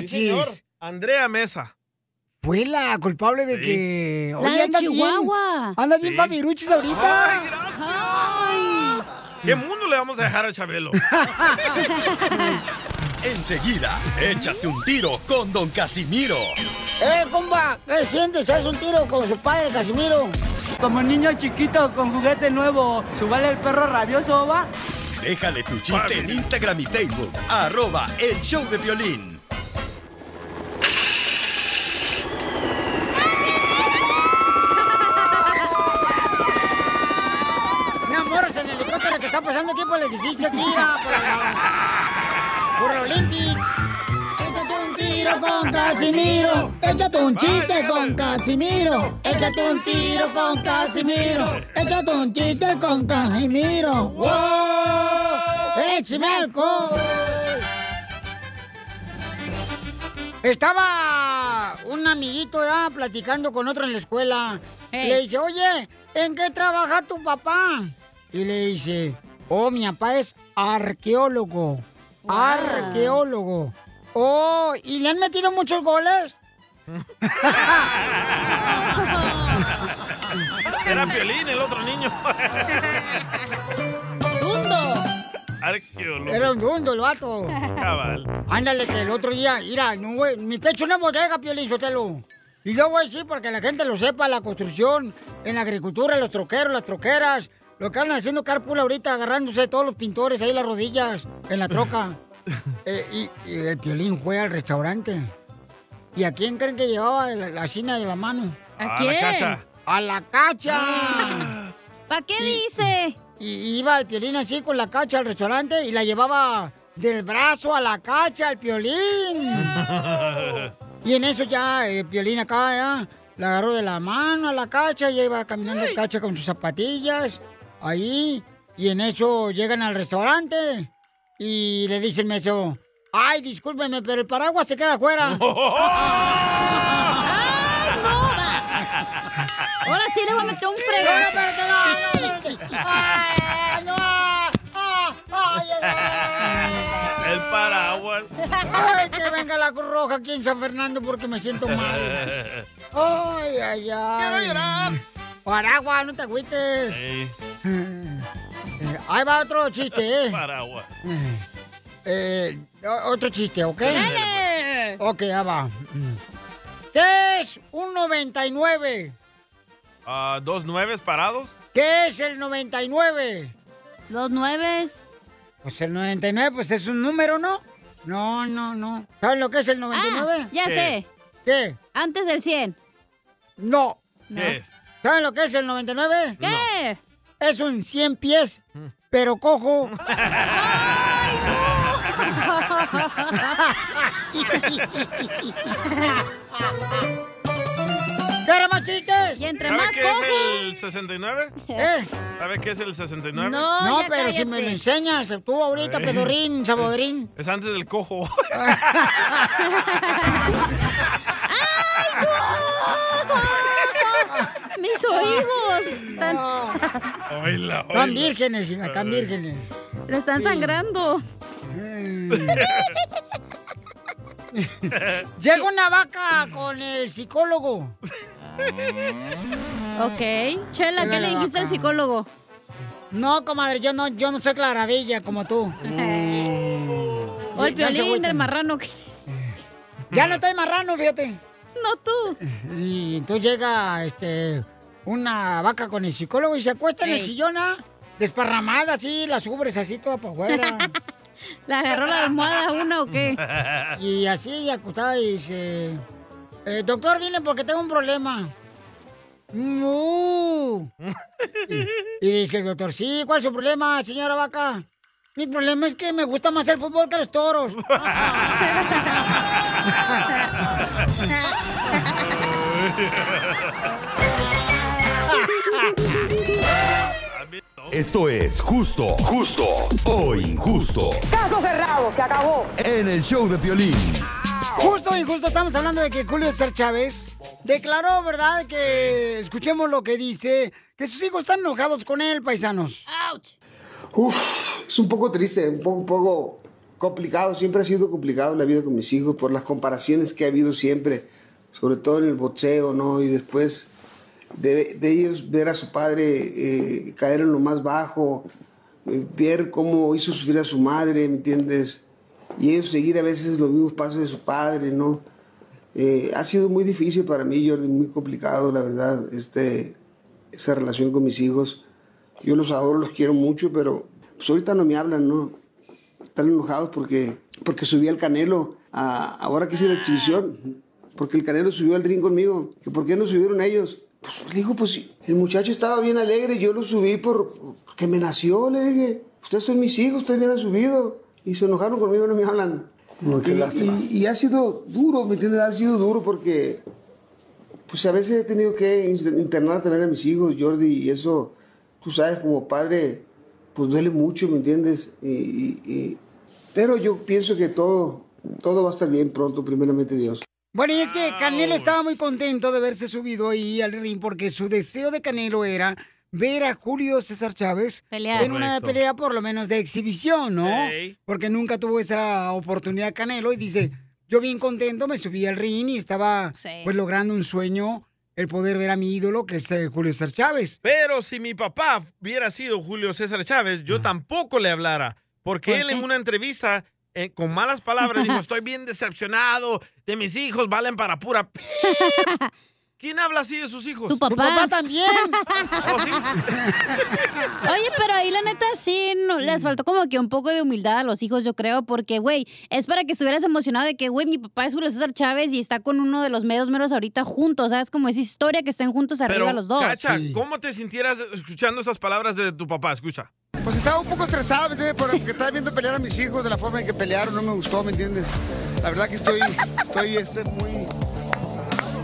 [SPEAKER 3] Sí, señor.
[SPEAKER 1] marches.
[SPEAKER 3] Andrea Mesa.
[SPEAKER 1] Fue Pues, la culpable de que...
[SPEAKER 2] La
[SPEAKER 1] Oye,
[SPEAKER 2] de
[SPEAKER 1] andas
[SPEAKER 2] Chihuahua.
[SPEAKER 1] Bien, andas bien
[SPEAKER 3] Sí. Ah.
[SPEAKER 1] fabiruchis ahorita.
[SPEAKER 3] Ay, ¿Qué mundo le vamos a dejar
[SPEAKER 1] <laughs>
[SPEAKER 3] a Chabelo?
[SPEAKER 6] Enseguida, échate un tiro con Don Casimiro.
[SPEAKER 1] ¡Eh, compa! ¿Qué sientes? ¿Haz un tiro con su padre, Casimiro?
[SPEAKER 20] Como niño chiquito con juguete nuevo, subale el perro rabioso, va.
[SPEAKER 6] Déjale tu chiste en Instagram y Facebook, arroba el show de violín.
[SPEAKER 1] Mi amor, es el helicóptero que está pasando aquí por el edificio, tira. Por el Olympic. Échate un tiro con Casimiro. Échate un chiste con Casimiro. Échate un tiro con Casimiro. Échate un chiste con Casimiro. ¡Wow! ¡Échame alcohol! Estaba un amiguito ya platicando con otro en la escuela.
[SPEAKER 2] Ey.
[SPEAKER 1] Le dice, oye, ¿en qué trabaja tu papá? Y le dice, oh, mi papá es arqueólogo. Arqueólogo. Oh, ¿y le han metido muchos goles?
[SPEAKER 3] <laughs> Era violín el otro
[SPEAKER 1] <laughs>
[SPEAKER 3] niño.
[SPEAKER 1] ¡Dundo!
[SPEAKER 3] Arqueólogo.
[SPEAKER 1] Era un dundo el vato.
[SPEAKER 3] Cabal.
[SPEAKER 1] Ándale, que el otro día, mira, no, güey, mi pecho no es bodega, Piolín Sotelo. Y yo voy a decir porque la gente lo sepa, la construcción, en la agricultura, los troqueros, las troqueras, lo que andan haciendo carpool ahorita, agarrándose todos los pintores ahí las rodillas, en la troca. Eh, y, y el Piolín fue al restaurante. ¿Y a quién creen que llevaba la, la china de la mano?
[SPEAKER 2] ¿A A Ah, la quién? cacha.
[SPEAKER 1] ¡A la cacha!
[SPEAKER 2] ¿Para qué dice?
[SPEAKER 1] Y iba el piolín así con la cacha al restaurante y la llevaba del brazo a la cacha al piolín. Y en eso ya el piolín acá ya la agarró de la mano a la cacha y ya iba caminando el cacha con sus zapatillas ahí. Y en eso llegan al restaurante y le dice el mesero, ay, discúlpeme, pero el paraguas se queda afuera.
[SPEAKER 2] Ahora sí le voy a meter un fregón.
[SPEAKER 1] No, no, espérate, ¡Ay, no! ¡Ah, ay,
[SPEAKER 3] <laughs> El paraguas.
[SPEAKER 1] <laughs> Ay, que venga la Cruz Roja aquí en San Fernando porque me siento mal. Ay, ay, ay.
[SPEAKER 2] Quiero llorar.
[SPEAKER 1] Paraguas, no te agüites.
[SPEAKER 3] Ey,
[SPEAKER 1] Eh, Ahí va otro chiste, ¿eh?
[SPEAKER 3] paraguas.
[SPEAKER 1] Eh, o- otro chiste, ¿ok? Ok, ahí va. ¿Qué es un 99?
[SPEAKER 3] Ah, ¿Dos
[SPEAKER 1] <laughs>
[SPEAKER 3] nueves parados?
[SPEAKER 1] ¿Qué es el 99? Los nueves. Pues el 99, pues es un número, ¿no? No, no, no. ¿Saben lo que es el 99?
[SPEAKER 2] ya ¿Qué? sé.
[SPEAKER 1] ¿Qué? Ah, Antes del 100. No.
[SPEAKER 2] ¿Qué No. es?
[SPEAKER 1] ¿Saben lo que es el 99? ¿Qué? Es un 100 pies, pero cojo. ¿Quieres más chistes? Y
[SPEAKER 2] entre
[SPEAKER 3] ¿Sabe qué es el 69?
[SPEAKER 1] ¿Eh?
[SPEAKER 3] ¿Sabe qué es el 69?
[SPEAKER 1] No, pero si me lo enseñas, tú ahorita,
[SPEAKER 3] Ay.
[SPEAKER 1] pedorrín,
[SPEAKER 3] <laughs>
[SPEAKER 1] sabodrín.
[SPEAKER 3] Es antes del cojo.
[SPEAKER 1] <laughs>
[SPEAKER 2] Mis oídos están,
[SPEAKER 3] Oíla,
[SPEAKER 1] Están
[SPEAKER 3] oíla.
[SPEAKER 1] vírgenes, hija, están vírgenes.
[SPEAKER 2] le están sangrando.
[SPEAKER 1] <laughs> Llega una vaca con el psicólogo.
[SPEAKER 2] Ok. Chela, ¿qué le dijiste al
[SPEAKER 1] psicólogo? No, comadre, yo no, yo no soy claravilla como <laughs> tú.
[SPEAKER 2] O el Piolín, el
[SPEAKER 1] marrano. Ya no estoy marrano, fíjate. No tú. Y entonces llega este, una vaca con el psicólogo y se acuesta en el
[SPEAKER 2] Ey.
[SPEAKER 1] sillón, ah, desparramada así, las ubres así toda para afuera. <laughs> ¿La agarró la almohada una o qué? <laughs> Y así ella acostada y dice, "Eh, doctor, viene porque tengo un problema. <laughs> "Mu". Y, y dice el doctor, sí, ¿cuál es su problema, señora vaca? Mi problema es que me gusta más el fútbol que los toros.
[SPEAKER 6] Esto es justo, justo o injusto.
[SPEAKER 1] <laughs> Caso cerrado, se acabó.
[SPEAKER 6] En el show de violín.
[SPEAKER 1] Justo y justo estamos hablando de que Julio César Chávez declaró, ¿verdad? Que escuchemos lo que dice, que sus hijos están enojados con él, paisanos.
[SPEAKER 8] Uf, es un poco triste, un poco, un poco complicado. Siempre ha sido complicado la vida con mis hijos por las comparaciones que ha habido siempre. sobre todo en el boxeo, ¿no? Y después de, de ellos ver a su padre eh, caer en lo más bajo, eh, ver cómo hizo sufrir a su madre, ¿me entiendes? Y ellos seguir a veces los mismos pasos de su padre, ¿no? Eh, ha sido muy difícil para mí, Jordi, muy complicado, la verdad, este, esa relación con mis hijos. Yo los adoro, los quiero mucho, pero pues ahorita no me hablan, ¿no? Están enojados porque, porque subí al Canelo, a- ahora que hice la exhibición, porque el Canelo subió al ring conmigo, que por qué no subieron ellos. Pues, le digo, pues el muchacho estaba bien alegre, yo lo subí por, porque me nació, le dije, ustedes son mis hijos, ustedes me han subido. Y se enojaron conmigo, no me hablan.
[SPEAKER 23] Mucha
[SPEAKER 8] Y-
[SPEAKER 23] lástima.
[SPEAKER 8] Y, y ha sido duro, ¿me entiendes? Ha sido duro porque, pues a veces he tenido que in- internar también a mis hijos, Jordi, y eso, tú sabes, como padre, pues duele mucho, ¿me entiendes? Y, y- y- pero yo pienso que todo, todo va a estar bien pronto, primeramente Dios.
[SPEAKER 1] Bueno, y es que Canelo estaba muy contento de haberse subido ahí al ring porque su deseo de Canelo era ver a Julio César Chávez
[SPEAKER 2] Pelear.
[SPEAKER 1] en una
[SPEAKER 2] Correcto.
[SPEAKER 1] pelea por lo menos de exhibición, ¿no?
[SPEAKER 2] Ey.
[SPEAKER 1] Porque nunca tuvo esa oportunidad Canelo y dice, yo bien contento me subí al ring y estaba pues logrando un sueño, el poder ver a mi ídolo que es eh, Julio César Chávez.
[SPEAKER 3] Pero si mi papá hubiera sido Julio César Chávez, yo tampoco le hablara. Porque él en una entrevista, eh, con malas
[SPEAKER 1] <laughs>
[SPEAKER 3] palabras, dijo, estoy bien decepcionado de mis hijos, valen para pura...
[SPEAKER 1] <laughs>
[SPEAKER 3] p-". ¿Quién habla así de sus hijos? Oh,
[SPEAKER 2] Tu papá.
[SPEAKER 3] <laughs>
[SPEAKER 1] también. <laughs>
[SPEAKER 2] Oye, pero ahí la neta sí no, les
[SPEAKER 1] Mm.
[SPEAKER 2] faltó como que un poco de humildad a los hijos, yo creo, porque, güey, es para que estuvieras emocionado de que, güey, mi papá es Julio César Chávez y está con uno de los meros meros ahorita juntos, ¿sabes? Como esa historia que estén juntos arriba los dos.
[SPEAKER 3] Cacha, ¿cómo te sintieras escuchando esas palabras de tu papá? Escucha.
[SPEAKER 9] Pues estaba un poco estresado, ¿me entiendes? Porque estaba viendo pelear a mis hijos de la forma en que pelearon, no me gustó, ¿me entiendes? La verdad que estoy, estoy este, muy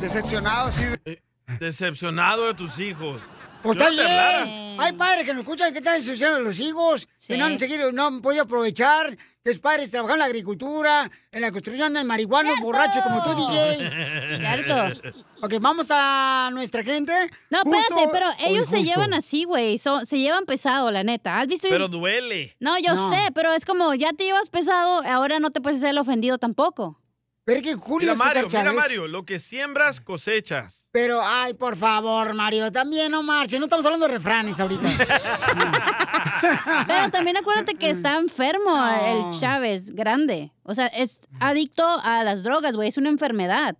[SPEAKER 9] decepcionado, así.
[SPEAKER 3] Eh, Decepcionado de tus hijos.
[SPEAKER 1] Pues
[SPEAKER 3] Yo
[SPEAKER 1] está
[SPEAKER 3] no te hablara.
[SPEAKER 1] bien. Hay padres que nos escuchan que están ensuciando a los hijos, que no han seguido, no han podido aprovechar, que sus padres trabajan en la agricultura, en la construcción de marihuana, borrachos como tú, DJ. <laughs>
[SPEAKER 2] Cierto.
[SPEAKER 1] Ok, vamos a nuestra gente.
[SPEAKER 2] No,
[SPEAKER 1] Justo
[SPEAKER 2] espérate, pero
[SPEAKER 1] o
[SPEAKER 2] ellos se
[SPEAKER 1] injusto.
[SPEAKER 2] llevan así, güey, son- se llevan pesado, la neta. ¿Has visto?
[SPEAKER 3] Pero duele.
[SPEAKER 2] No, yo sé, pero es como ya te llevas pesado, ahora no te puedes hacer el ofendido tampoco.
[SPEAKER 1] Pero que Julio
[SPEAKER 3] Mira, Mario,
[SPEAKER 1] César
[SPEAKER 3] mira,
[SPEAKER 1] Chávez. <laughs>
[SPEAKER 3] Mario, lo que siembras, cosechas.
[SPEAKER 1] Pero, ay, por favor, Mario, también no marches. No estamos hablando de refranes ahorita.
[SPEAKER 2] <laughs> Pero también acuérdate que está enfermo el Chávez, grande. O sea, es adicto a las drogas, güey, es una enfermedad.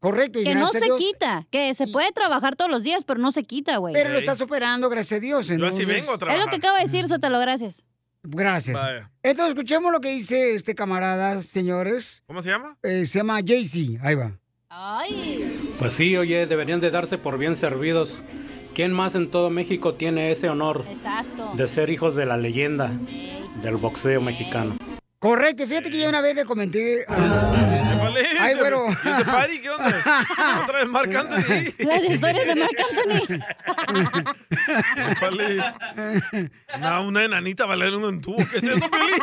[SPEAKER 1] Correcto. y
[SPEAKER 2] Que no
[SPEAKER 1] gracias a
[SPEAKER 2] se
[SPEAKER 1] Dios-
[SPEAKER 2] quita, que se puede trabajar todos los días, pero no se quita, güey.
[SPEAKER 1] Pero lo está superando, gracias a Dios.
[SPEAKER 2] Yo así
[SPEAKER 1] entonces-
[SPEAKER 2] vengo a trabajar. Es lo que acabo de decir, Sotelo, gracias.
[SPEAKER 1] Gracias. Entonces, escuchemos lo que dice este camarada, señores. Eh,
[SPEAKER 3] ¿Cómo se llama?
[SPEAKER 1] se llama Jay-Z. Ahí va.
[SPEAKER 11] <laughs>
[SPEAKER 15] Pues sí, oye, deberían de darse por bien servidos. ¿Quién más en todo México tiene ese honor
[SPEAKER 2] Exacto.
[SPEAKER 15] de ser hijos de la leyenda del boxeo mexicano?
[SPEAKER 1] Correcto, fíjate que yo una vez le comenté.
[SPEAKER 3] ¿Cuál es?
[SPEAKER 1] Ay, güero.
[SPEAKER 3] ¿Y ese party qué onda? Ah, Otra vez Marc Anthony.
[SPEAKER 2] Las historias de Marc Anthony.
[SPEAKER 3] ¿Cuál es? No, una enanita bailando en tubo. ¿Qué es eso, Piolín?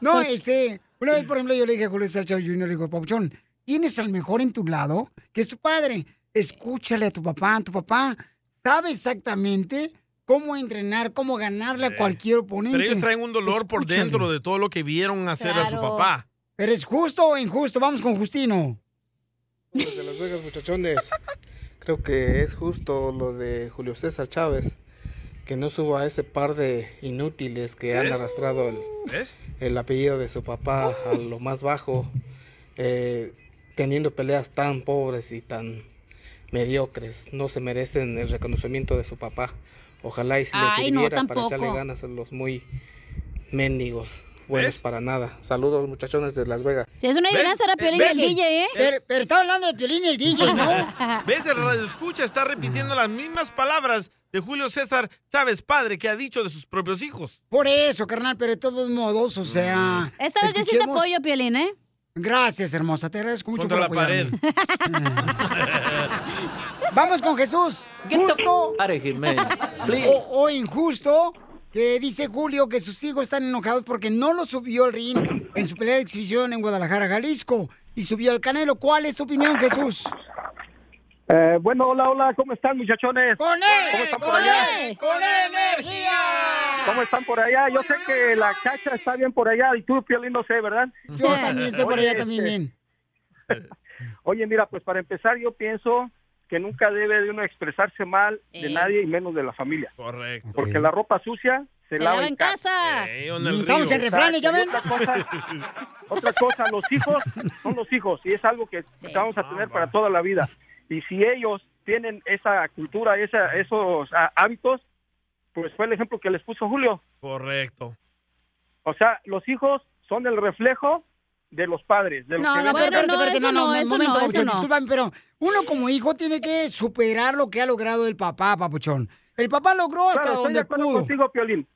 [SPEAKER 1] <laughs> No, este. Una vez, por ejemplo, yo le dije a Julio César Chávez Jr., le digo, Pauchón, tienes al mejor en tu lado, que es tu padre. Escúchale a tu papá. Tu papá sabe exactamente cómo entrenar, cómo ganarle a cualquier oponente.
[SPEAKER 3] Pero ellos traen un dolor por
[SPEAKER 1] Escúchale.
[SPEAKER 3] dentro de todo lo que vieron hacer a su
[SPEAKER 1] Claro.
[SPEAKER 3] papá.
[SPEAKER 1] ¿Pero es justo o injusto? Vamos con Justino.
[SPEAKER 16] de Las Vegas, muchachones. Creo que es justo lo de Julio César Chávez. Que no suba a ese par de inútiles que han
[SPEAKER 25] ¿Ves?
[SPEAKER 16] arrastrado el,
[SPEAKER 25] ¿Ves?
[SPEAKER 16] el apellido de su papá a lo más bajo. eh, teniendo peleas tan pobres y tan mediocres. No se merecen el reconocimiento de su papá. Ojalá y se les
[SPEAKER 2] Ay, no,
[SPEAKER 16] sirviera para echarle
[SPEAKER 2] tampoco.
[SPEAKER 16] ganas a los muy mendigos. Buenos para nada. Saludos, muchachones de Las Vegas.
[SPEAKER 2] Si es una adivinanza, era Piolín y el DJ, ¿eh?
[SPEAKER 1] Pero, pero estaba hablando de Piolín y el DJ,
[SPEAKER 3] <laughs>
[SPEAKER 1] ¿no?
[SPEAKER 3] Pues ¿Ves? El radio escucha está repitiendo las mismas palabras de Julio César Chávez, padre, que ha dicho de sus propios hijos.
[SPEAKER 1] Por eso, carnal, pero de todos modos, o sea.
[SPEAKER 2] Esta vez yo sí te
[SPEAKER 1] escuchemos-
[SPEAKER 2] apoyo, Piolín, ¿eh?
[SPEAKER 1] Gracias, hermosa. Te agradezco mucho
[SPEAKER 3] Contra la
[SPEAKER 1] por apoyarme.
[SPEAKER 3] pared.
[SPEAKER 1] Vamos con Jesús. Justo
[SPEAKER 18] Are here, man. Please.
[SPEAKER 1] o, <laughs> o injusto que dice Julio que sus hijos están enojados porque no lo subió al ring en su pelea de exhibición en Guadalajara, Jalisco. Y subió al Canelo. ¿Cuál es tu opinión, Jesús?
[SPEAKER 11] Eh, bueno, hola, hola, ¿cómo están muchachones? ¿Cómo están por allá?
[SPEAKER 1] E! ¡Con E! energía!
[SPEAKER 11] ¿Cómo están por allá? Yo sé que la cacha está bien por allá y tú, Piolín, no sé, ¿verdad? este,
[SPEAKER 1] Yo también estoy por allá, también bien.
[SPEAKER 11] Oye, mira, pues para empezar yo pienso que nunca debe de uno expresarse mal de
[SPEAKER 3] Eh.
[SPEAKER 11] nadie y menos de la familia.
[SPEAKER 3] Correcto.
[SPEAKER 11] Porque la ropa sucia se,
[SPEAKER 2] Se lava en casa.
[SPEAKER 3] Ey,
[SPEAKER 11] en
[SPEAKER 3] onda el
[SPEAKER 11] Estamos
[SPEAKER 3] río.
[SPEAKER 11] en refranes, ya ven.
[SPEAKER 3] <laughs>
[SPEAKER 11] Otra cosa, los hijos son los hijos y es algo que vamos a tener para toda la vida. Y si ellos tienen esa cultura, esa, esos ah, hábitos, pues fue el ejemplo que les puso Julio.
[SPEAKER 3] Correcto.
[SPEAKER 11] O sea, los hijos son el reflejo de los padres. De los
[SPEAKER 1] No,
[SPEAKER 11] que
[SPEAKER 1] no,
[SPEAKER 11] ven-
[SPEAKER 1] espérate, espérate, no, no, un momento, Papuchón, discúlpame, pero uno como hijo tiene que superar lo que ha logrado el papá, Papuchón. El papá logró hasta
[SPEAKER 11] Claro, estoy de
[SPEAKER 1] donde
[SPEAKER 11] acuerdo
[SPEAKER 1] pudo.
[SPEAKER 11] contigo, Piolín.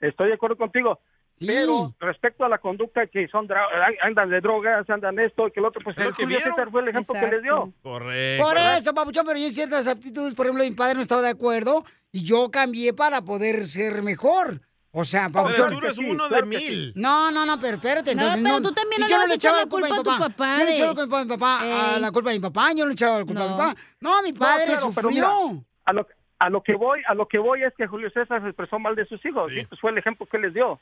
[SPEAKER 11] Estoy de acuerdo contigo. Pero respecto a la conducta que son dra- andan de drogas, andan esto, que el otro, pues el Julio César fue el ejemplo que le dio.
[SPEAKER 3] Correcto.
[SPEAKER 1] Por eso, Papuchón, pero yo en ciertas aptitudes, por ejemplo, mi padre no estaba de acuerdo y yo cambié para poder ser mejor. O sea, Papuchón.
[SPEAKER 3] tú eres uno de
[SPEAKER 1] claro que sí.
[SPEAKER 3] mil.
[SPEAKER 1] No, no, no, pero espérate.
[SPEAKER 2] No,
[SPEAKER 1] Entonces,
[SPEAKER 2] pero tú también
[SPEAKER 1] y
[SPEAKER 2] no
[SPEAKER 1] yo
[SPEAKER 2] le vas
[SPEAKER 1] no
[SPEAKER 2] a
[SPEAKER 1] le
[SPEAKER 2] echar
[SPEAKER 1] echaba
[SPEAKER 2] la
[SPEAKER 1] la culpa a mi
[SPEAKER 2] culpa a tu
[SPEAKER 1] papá.
[SPEAKER 2] papá eh.
[SPEAKER 1] Yo no le
[SPEAKER 2] de-
[SPEAKER 1] echaba la culpa a mi papá, a
[SPEAKER 2] Ey.
[SPEAKER 1] la culpa de mi papá, yo no le echaba la culpa a mi
[SPEAKER 11] No.
[SPEAKER 1] papá. No, mi padre
[SPEAKER 11] claro, pero mira,
[SPEAKER 1] sufrió.
[SPEAKER 11] a lo a lo que voy, a lo que voy es que Julio César se expresó mal de sus hijos, ¿sí? Pues fue el ejemplo que les dio.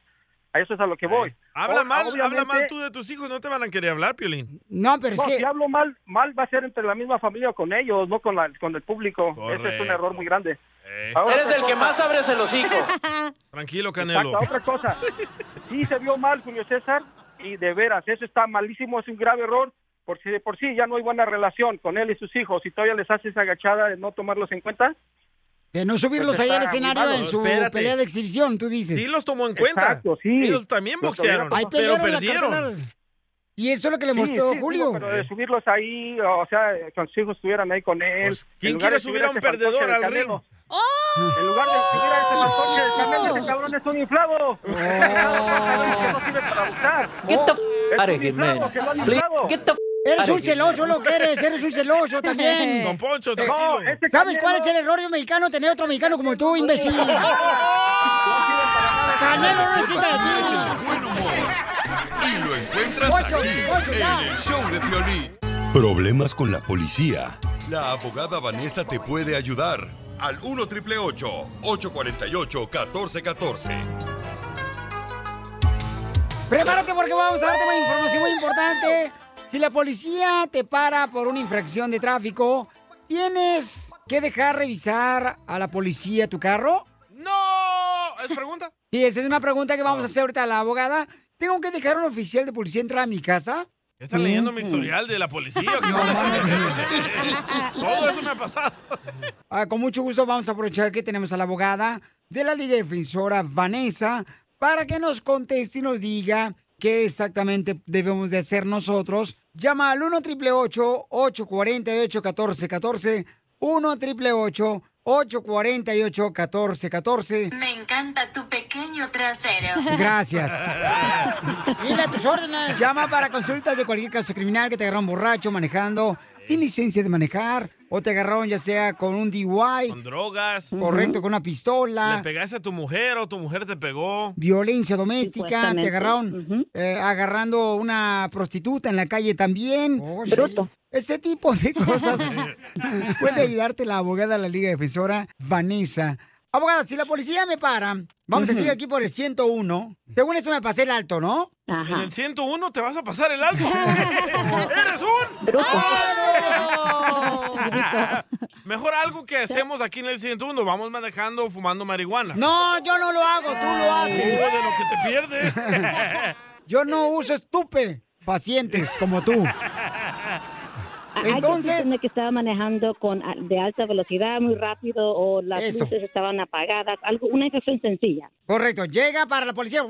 [SPEAKER 11] A eso es a lo que voy.
[SPEAKER 3] Habla
[SPEAKER 11] O-
[SPEAKER 3] mal, habla mal
[SPEAKER 11] obviamente-
[SPEAKER 3] tú de tus hijos, no te van a querer hablar, Piolín.
[SPEAKER 1] No,
[SPEAKER 3] pero es que-
[SPEAKER 11] si hablo mal, mal va a ser entre la misma familia o con ellos, no con la, con el público. Ese es un
[SPEAKER 3] Correcto.
[SPEAKER 11] error muy grande.
[SPEAKER 3] Eres el que más abres el
[SPEAKER 11] <laughs> hocico.
[SPEAKER 3] Tranquilo, Canelo.
[SPEAKER 11] otra cosa. Sí se vio mal Julio César y de veras, eso está malísimo, es un grave error. Por si de por sí ya no hay buena relación con él y sus hijos y todavía les haces agachada de no tomarlos en cuenta.
[SPEAKER 1] De no subirlos
[SPEAKER 11] Pues
[SPEAKER 1] ahí al
[SPEAKER 11] está muy
[SPEAKER 1] escenario
[SPEAKER 11] malo.
[SPEAKER 1] en su
[SPEAKER 11] Espérate.
[SPEAKER 1] pelea de exhibición, tú dices.
[SPEAKER 11] Sí los tomó en cuenta. Exacto, sí. Ellos también Los boxearon,
[SPEAKER 1] Ahí
[SPEAKER 11] tuvieron-
[SPEAKER 1] pelearon en
[SPEAKER 11] pero
[SPEAKER 1] la
[SPEAKER 11] perdieron.
[SPEAKER 1] cartelera. Y eso es lo que le
[SPEAKER 11] Sí,
[SPEAKER 1] mostró
[SPEAKER 11] sí,
[SPEAKER 1] Julio.
[SPEAKER 11] digo, pero de subirlos ahí, o sea, que los hijos estuvieran ahí con él.
[SPEAKER 3] ¿quién
[SPEAKER 11] en lugar
[SPEAKER 3] quiere
[SPEAKER 11] de
[SPEAKER 3] subir a un
[SPEAKER 11] ese fantoche
[SPEAKER 3] perdedor
[SPEAKER 11] de
[SPEAKER 3] al
[SPEAKER 11] Canelo.
[SPEAKER 3] ring?
[SPEAKER 11] En lugar de subir a ese fantoche de
[SPEAKER 1] ¡Oh!
[SPEAKER 11] Canelo, ese cabrón es un inflado. <laughs>
[SPEAKER 18] ¿Qué te
[SPEAKER 11] Eres un inflado, que no han inflado.
[SPEAKER 1] Eres un celoso, lo que eres, eres un celoso también.
[SPEAKER 11] <laughs> Don Poncho,
[SPEAKER 1] Eh,
[SPEAKER 11] tranquilo. este
[SPEAKER 1] ¿Sabes
[SPEAKER 11] Canelo-
[SPEAKER 1] cuál es el error de un mexicano? Tener otro mexicano como tú, imbécil.
[SPEAKER 11] <laughs>
[SPEAKER 1] Canelo no existe aquí.
[SPEAKER 6] Y lo encuentras
[SPEAKER 1] Ocho,
[SPEAKER 6] aquí,
[SPEAKER 1] ocho, ya.
[SPEAKER 6] en el show de Piolín. Problemas con la policía. La abogada Vanessa te puede ayudar. Al 1 triple 848 1414.
[SPEAKER 1] Prepárate porque vamos a darte una información muy importante. Si la policía te para por una infracción de tráfico, ¿tienes que dejar revisar a la policía tu carro?
[SPEAKER 3] ¡No! ¿Es pregunta?
[SPEAKER 1] Y esa es una pregunta que vamos a hacer ahorita a la abogada. ¿Tengo que dejar a un oficial de policía entrar a mi casa?
[SPEAKER 3] ¿Estás leyendo
[SPEAKER 1] Mm.
[SPEAKER 3] mi historial de la policía?
[SPEAKER 1] <laughs>
[SPEAKER 3] o qué? <laughs> Todo eso me ha pasado.
[SPEAKER 1] Ah, con mucho gusto vamos a aprovechar que tenemos a la abogada de la Liga Defensora, Vanessa, para que nos conteste y nos diga qué exactamente debemos de hacer nosotros. Llama al 1 888 848 1414 1 888 848 1414
[SPEAKER 7] Me encanta tu pequeño trasero.
[SPEAKER 1] Gracias. Dile a tus órdenes. Llama para consultas de cualquier caso criminal que te agarraron borracho manejando, sin licencia de manejar, o te agarraron ya sea con un DUI.
[SPEAKER 3] Con drogas.
[SPEAKER 1] Correcto, con una
[SPEAKER 3] Le
[SPEAKER 1] pistola,
[SPEAKER 3] pegaste a tu mujer o tu mujer te pegó.
[SPEAKER 1] violencia doméstica, te
[SPEAKER 3] Supuestamente,
[SPEAKER 1] agarraron eh, agarrando una prostituta en la calle también.
[SPEAKER 3] Oh,
[SPEAKER 1] Bruto. Ese tipo de
[SPEAKER 3] <laughs>
[SPEAKER 1] cosas puede ayudarte la abogada de la Liga Defensora, Vanessa. Abogada, si la policía me para, vamos a
[SPEAKER 3] Ujú.
[SPEAKER 1] seguir aquí por el 101. Según eso me pasé el alto, ¿no?
[SPEAKER 3] En el 101 te vas a pasar el alto. ¡Eres un! ¡Oh! <laughs> Mejor algo que hacemos aquí en el 101. Vamos manejando fumando marihuana.
[SPEAKER 1] <laughs> No, yo no lo hago, tú lo haces.
[SPEAKER 3] Oh, de lo que te
[SPEAKER 1] <laughs>
[SPEAKER 3] <laughs> pierdes.
[SPEAKER 1] Yo no uso estupe pacientes como tú.
[SPEAKER 14] Ah,
[SPEAKER 1] Entonces-
[SPEAKER 14] Entonces. que estaba manejando con a- de alta velocidad, muy rápido, o las
[SPEAKER 1] Eso.
[SPEAKER 14] luces estaban apagadas, algo, una infracción sencilla.
[SPEAKER 1] Correcto, llega para la policía.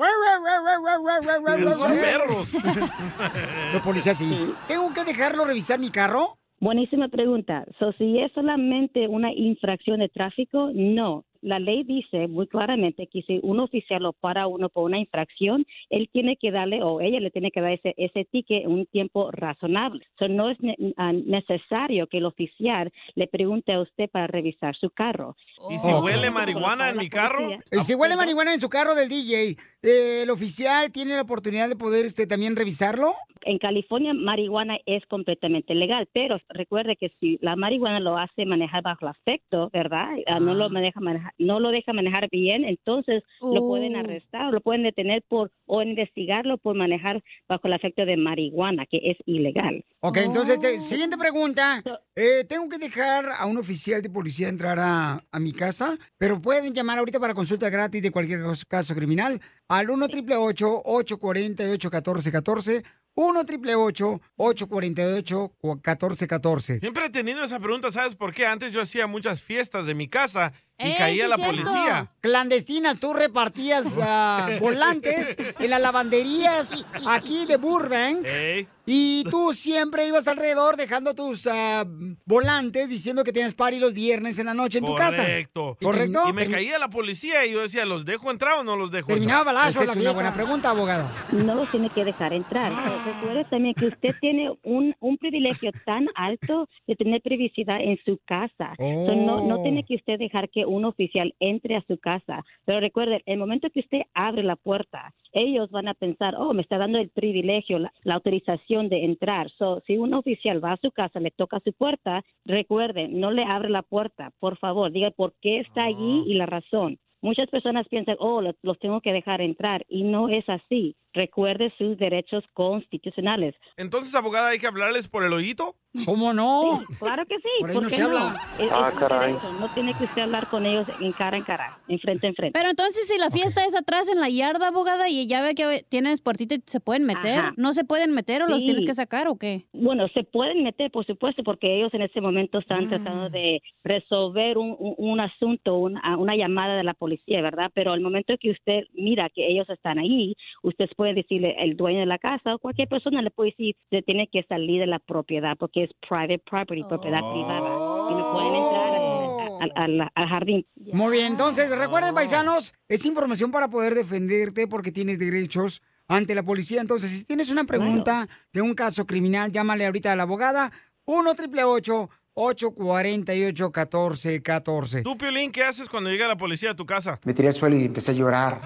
[SPEAKER 1] <laughs> Los policías sí. ¿Tengo que dejarlo revisar mi carro?
[SPEAKER 14] Buenísima pregunta. So, si es solamente una infracción de tráfico, no. La ley dice muy claramente que si un oficial lo para a uno por una infracción, él tiene que darle o ella le tiene que dar ese, ese ticket en un tiempo razonable. So, no es ne- ah, necesario que el oficial le pregunte a usted para revisar su carro.
[SPEAKER 3] ¿Y si huele marihuana en mi carro?
[SPEAKER 1] Y si huele marihuana en su carro del DJ, eh, ¿el oficial tiene la oportunidad de poder este, también revisarlo?
[SPEAKER 14] En California, marihuana es completamente legal, pero recuerde que si la marihuana lo hace manejar bajo afecto, ¿verdad? Ah, No lo maneja maneja- no lo deja manejar bien, entonces lo pueden
[SPEAKER 1] Uh.
[SPEAKER 14] arrestar o lo pueden detener por o investigarlo por manejar bajo el efecto de marihuana, que es ilegal.
[SPEAKER 1] Ok, entonces, este, siguiente pregunta. Eh, ¿Tengo que dejar a un oficial de policía entrar a, a mi casa? Pero pueden llamar ahorita para consulta gratis de cualquier cos- caso criminal al 1 888 848 1414 1 888 848 1414
[SPEAKER 3] Siempre he tenido esa pregunta, ¿sabes por qué? Antes yo hacía muchas fiestas de mi casa y
[SPEAKER 1] ¡Eh,
[SPEAKER 3] caía
[SPEAKER 1] sí
[SPEAKER 3] la
[SPEAKER 1] es cierto!
[SPEAKER 3] policía.
[SPEAKER 1] Clandestinas, tú
[SPEAKER 3] <laughs>
[SPEAKER 1] repartías ah, volantes en las lavanderías aquí de Burbank.
[SPEAKER 3] Ey.
[SPEAKER 1] Y tú siempre ibas alrededor dejando tus ah, volantes diciendo que tienes party los viernes en la noche en tu casa.
[SPEAKER 3] Correcto.
[SPEAKER 1] Correcto.
[SPEAKER 3] Y me caía la policía y yo decía, ¿los dejo entrar o no los dejo
[SPEAKER 1] Terminaba
[SPEAKER 3] entrar?
[SPEAKER 1] balazo la fiesta. Ah. pregunta, abogado.
[SPEAKER 14] No los tiene que dejar entrar. Recuerde también que usted tiene un, un privilegio tan alto de tener privacidad en su casa.
[SPEAKER 1] Oh.
[SPEAKER 14] So, no, no tiene que usted dejar que un oficial entre a su casa. Pero recuerde, el momento que usted abre la puerta, ellos van a pensar, oh, me está dando el privilegio, la, la autorización de entrar. So, si un oficial va a su casa, le toca su puerta, recuerde, no le abre la puerta, por favor, diga por qué está
[SPEAKER 1] Ah.
[SPEAKER 14] allí y la razón. Muchas personas piensan, oh, lo- los, tengo que dejar entrar, y no es así. Recuerde sus derechos constitucionales.
[SPEAKER 3] Entonces, abogada, ¿hay que hablarles por el oído?
[SPEAKER 1] ¿Cómo no?
[SPEAKER 14] Claro que sí,
[SPEAKER 3] Por ahí
[SPEAKER 14] ¿por
[SPEAKER 3] no
[SPEAKER 14] qué
[SPEAKER 3] se
[SPEAKER 14] no? Eh,
[SPEAKER 3] habla.
[SPEAKER 14] Es- es
[SPEAKER 3] Ah,
[SPEAKER 14] un
[SPEAKER 3] caray.
[SPEAKER 14] derecho, No tiene que usted hablar con ellos en cara en cara, en frente en frente.
[SPEAKER 2] Pero entonces si la fiesta es atrás en la yarda, abogada, y ya ve que tienes puertita y se pueden meter,
[SPEAKER 14] Ajá.
[SPEAKER 2] ¿no se pueden meter o los
[SPEAKER 14] Sí.
[SPEAKER 2] tienes que sacar o qué?
[SPEAKER 14] Bueno, se pueden meter, por supuesto, porque ellos en este momento están tratando de resolver un, un- un asunto, un- a- una llamada de la policía, ¿verdad? Pero al momento que usted mira que ellos están ahí, usted puede decirle el dueño de la casa o cualquier persona le puede decir, se tiene que salir de la propiedad porque es private property, propiedad privada. Y no pueden entrar
[SPEAKER 1] Oh.
[SPEAKER 14] al- al- al- al jardín.
[SPEAKER 1] Muy bien, entonces recuerden, paisanos, es información para poder defenderte porque tienes derechos ante la policía. Entonces, si tienes una pregunta de un caso criminal, llámale ahorita a la abogada 1 888 848 1414
[SPEAKER 3] Tú, Piolín, ¿qué haces cuando llega la policía a tu casa?
[SPEAKER 8] Me tiré al suelo y empecé a llorar.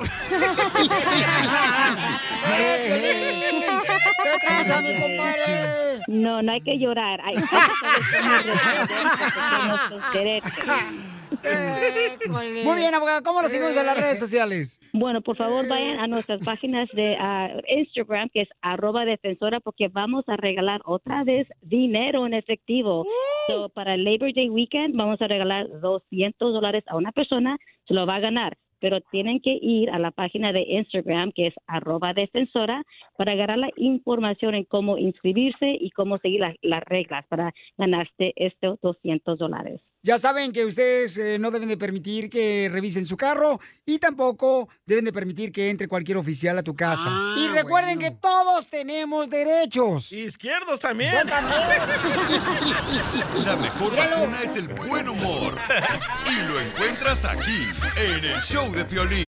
[SPEAKER 1] ¿Qué tranza, mi compadre?
[SPEAKER 14] No, no hay que llorar. Hay hay que saber cómo defenderse, porque no son derechos.
[SPEAKER 1] Muy bien, abogada, ¿cómo lo seguimos en las redes sociales?
[SPEAKER 14] Bueno, por favor, vayan a nuestras páginas de ah, Instagram, que es arroba defensora, porque vamos a regalar otra vez dinero en efectivo. So, para el Labor Day Weekend vamos a regalar 200 dólares a una persona, se lo va a ganar. Pero tienen que ir a la página de Instagram, que es arroba defensora, para agarrar la información en cómo inscribirse y cómo seguir las- las reglas para ganarse estos 200 dólares.
[SPEAKER 1] Ya saben que ustedes eh, no deben de permitir que revisen su carro y tampoco deben de permitir que entre cualquier oficial a tu casa. y recuerden que todos tenemos derechos.
[SPEAKER 3] Izquierdos también.
[SPEAKER 1] Yo
[SPEAKER 3] <laughs>
[SPEAKER 1] también.
[SPEAKER 6] La mejor vacuna es el buen humor. Y lo encuentras aquí, en el show de Piolín.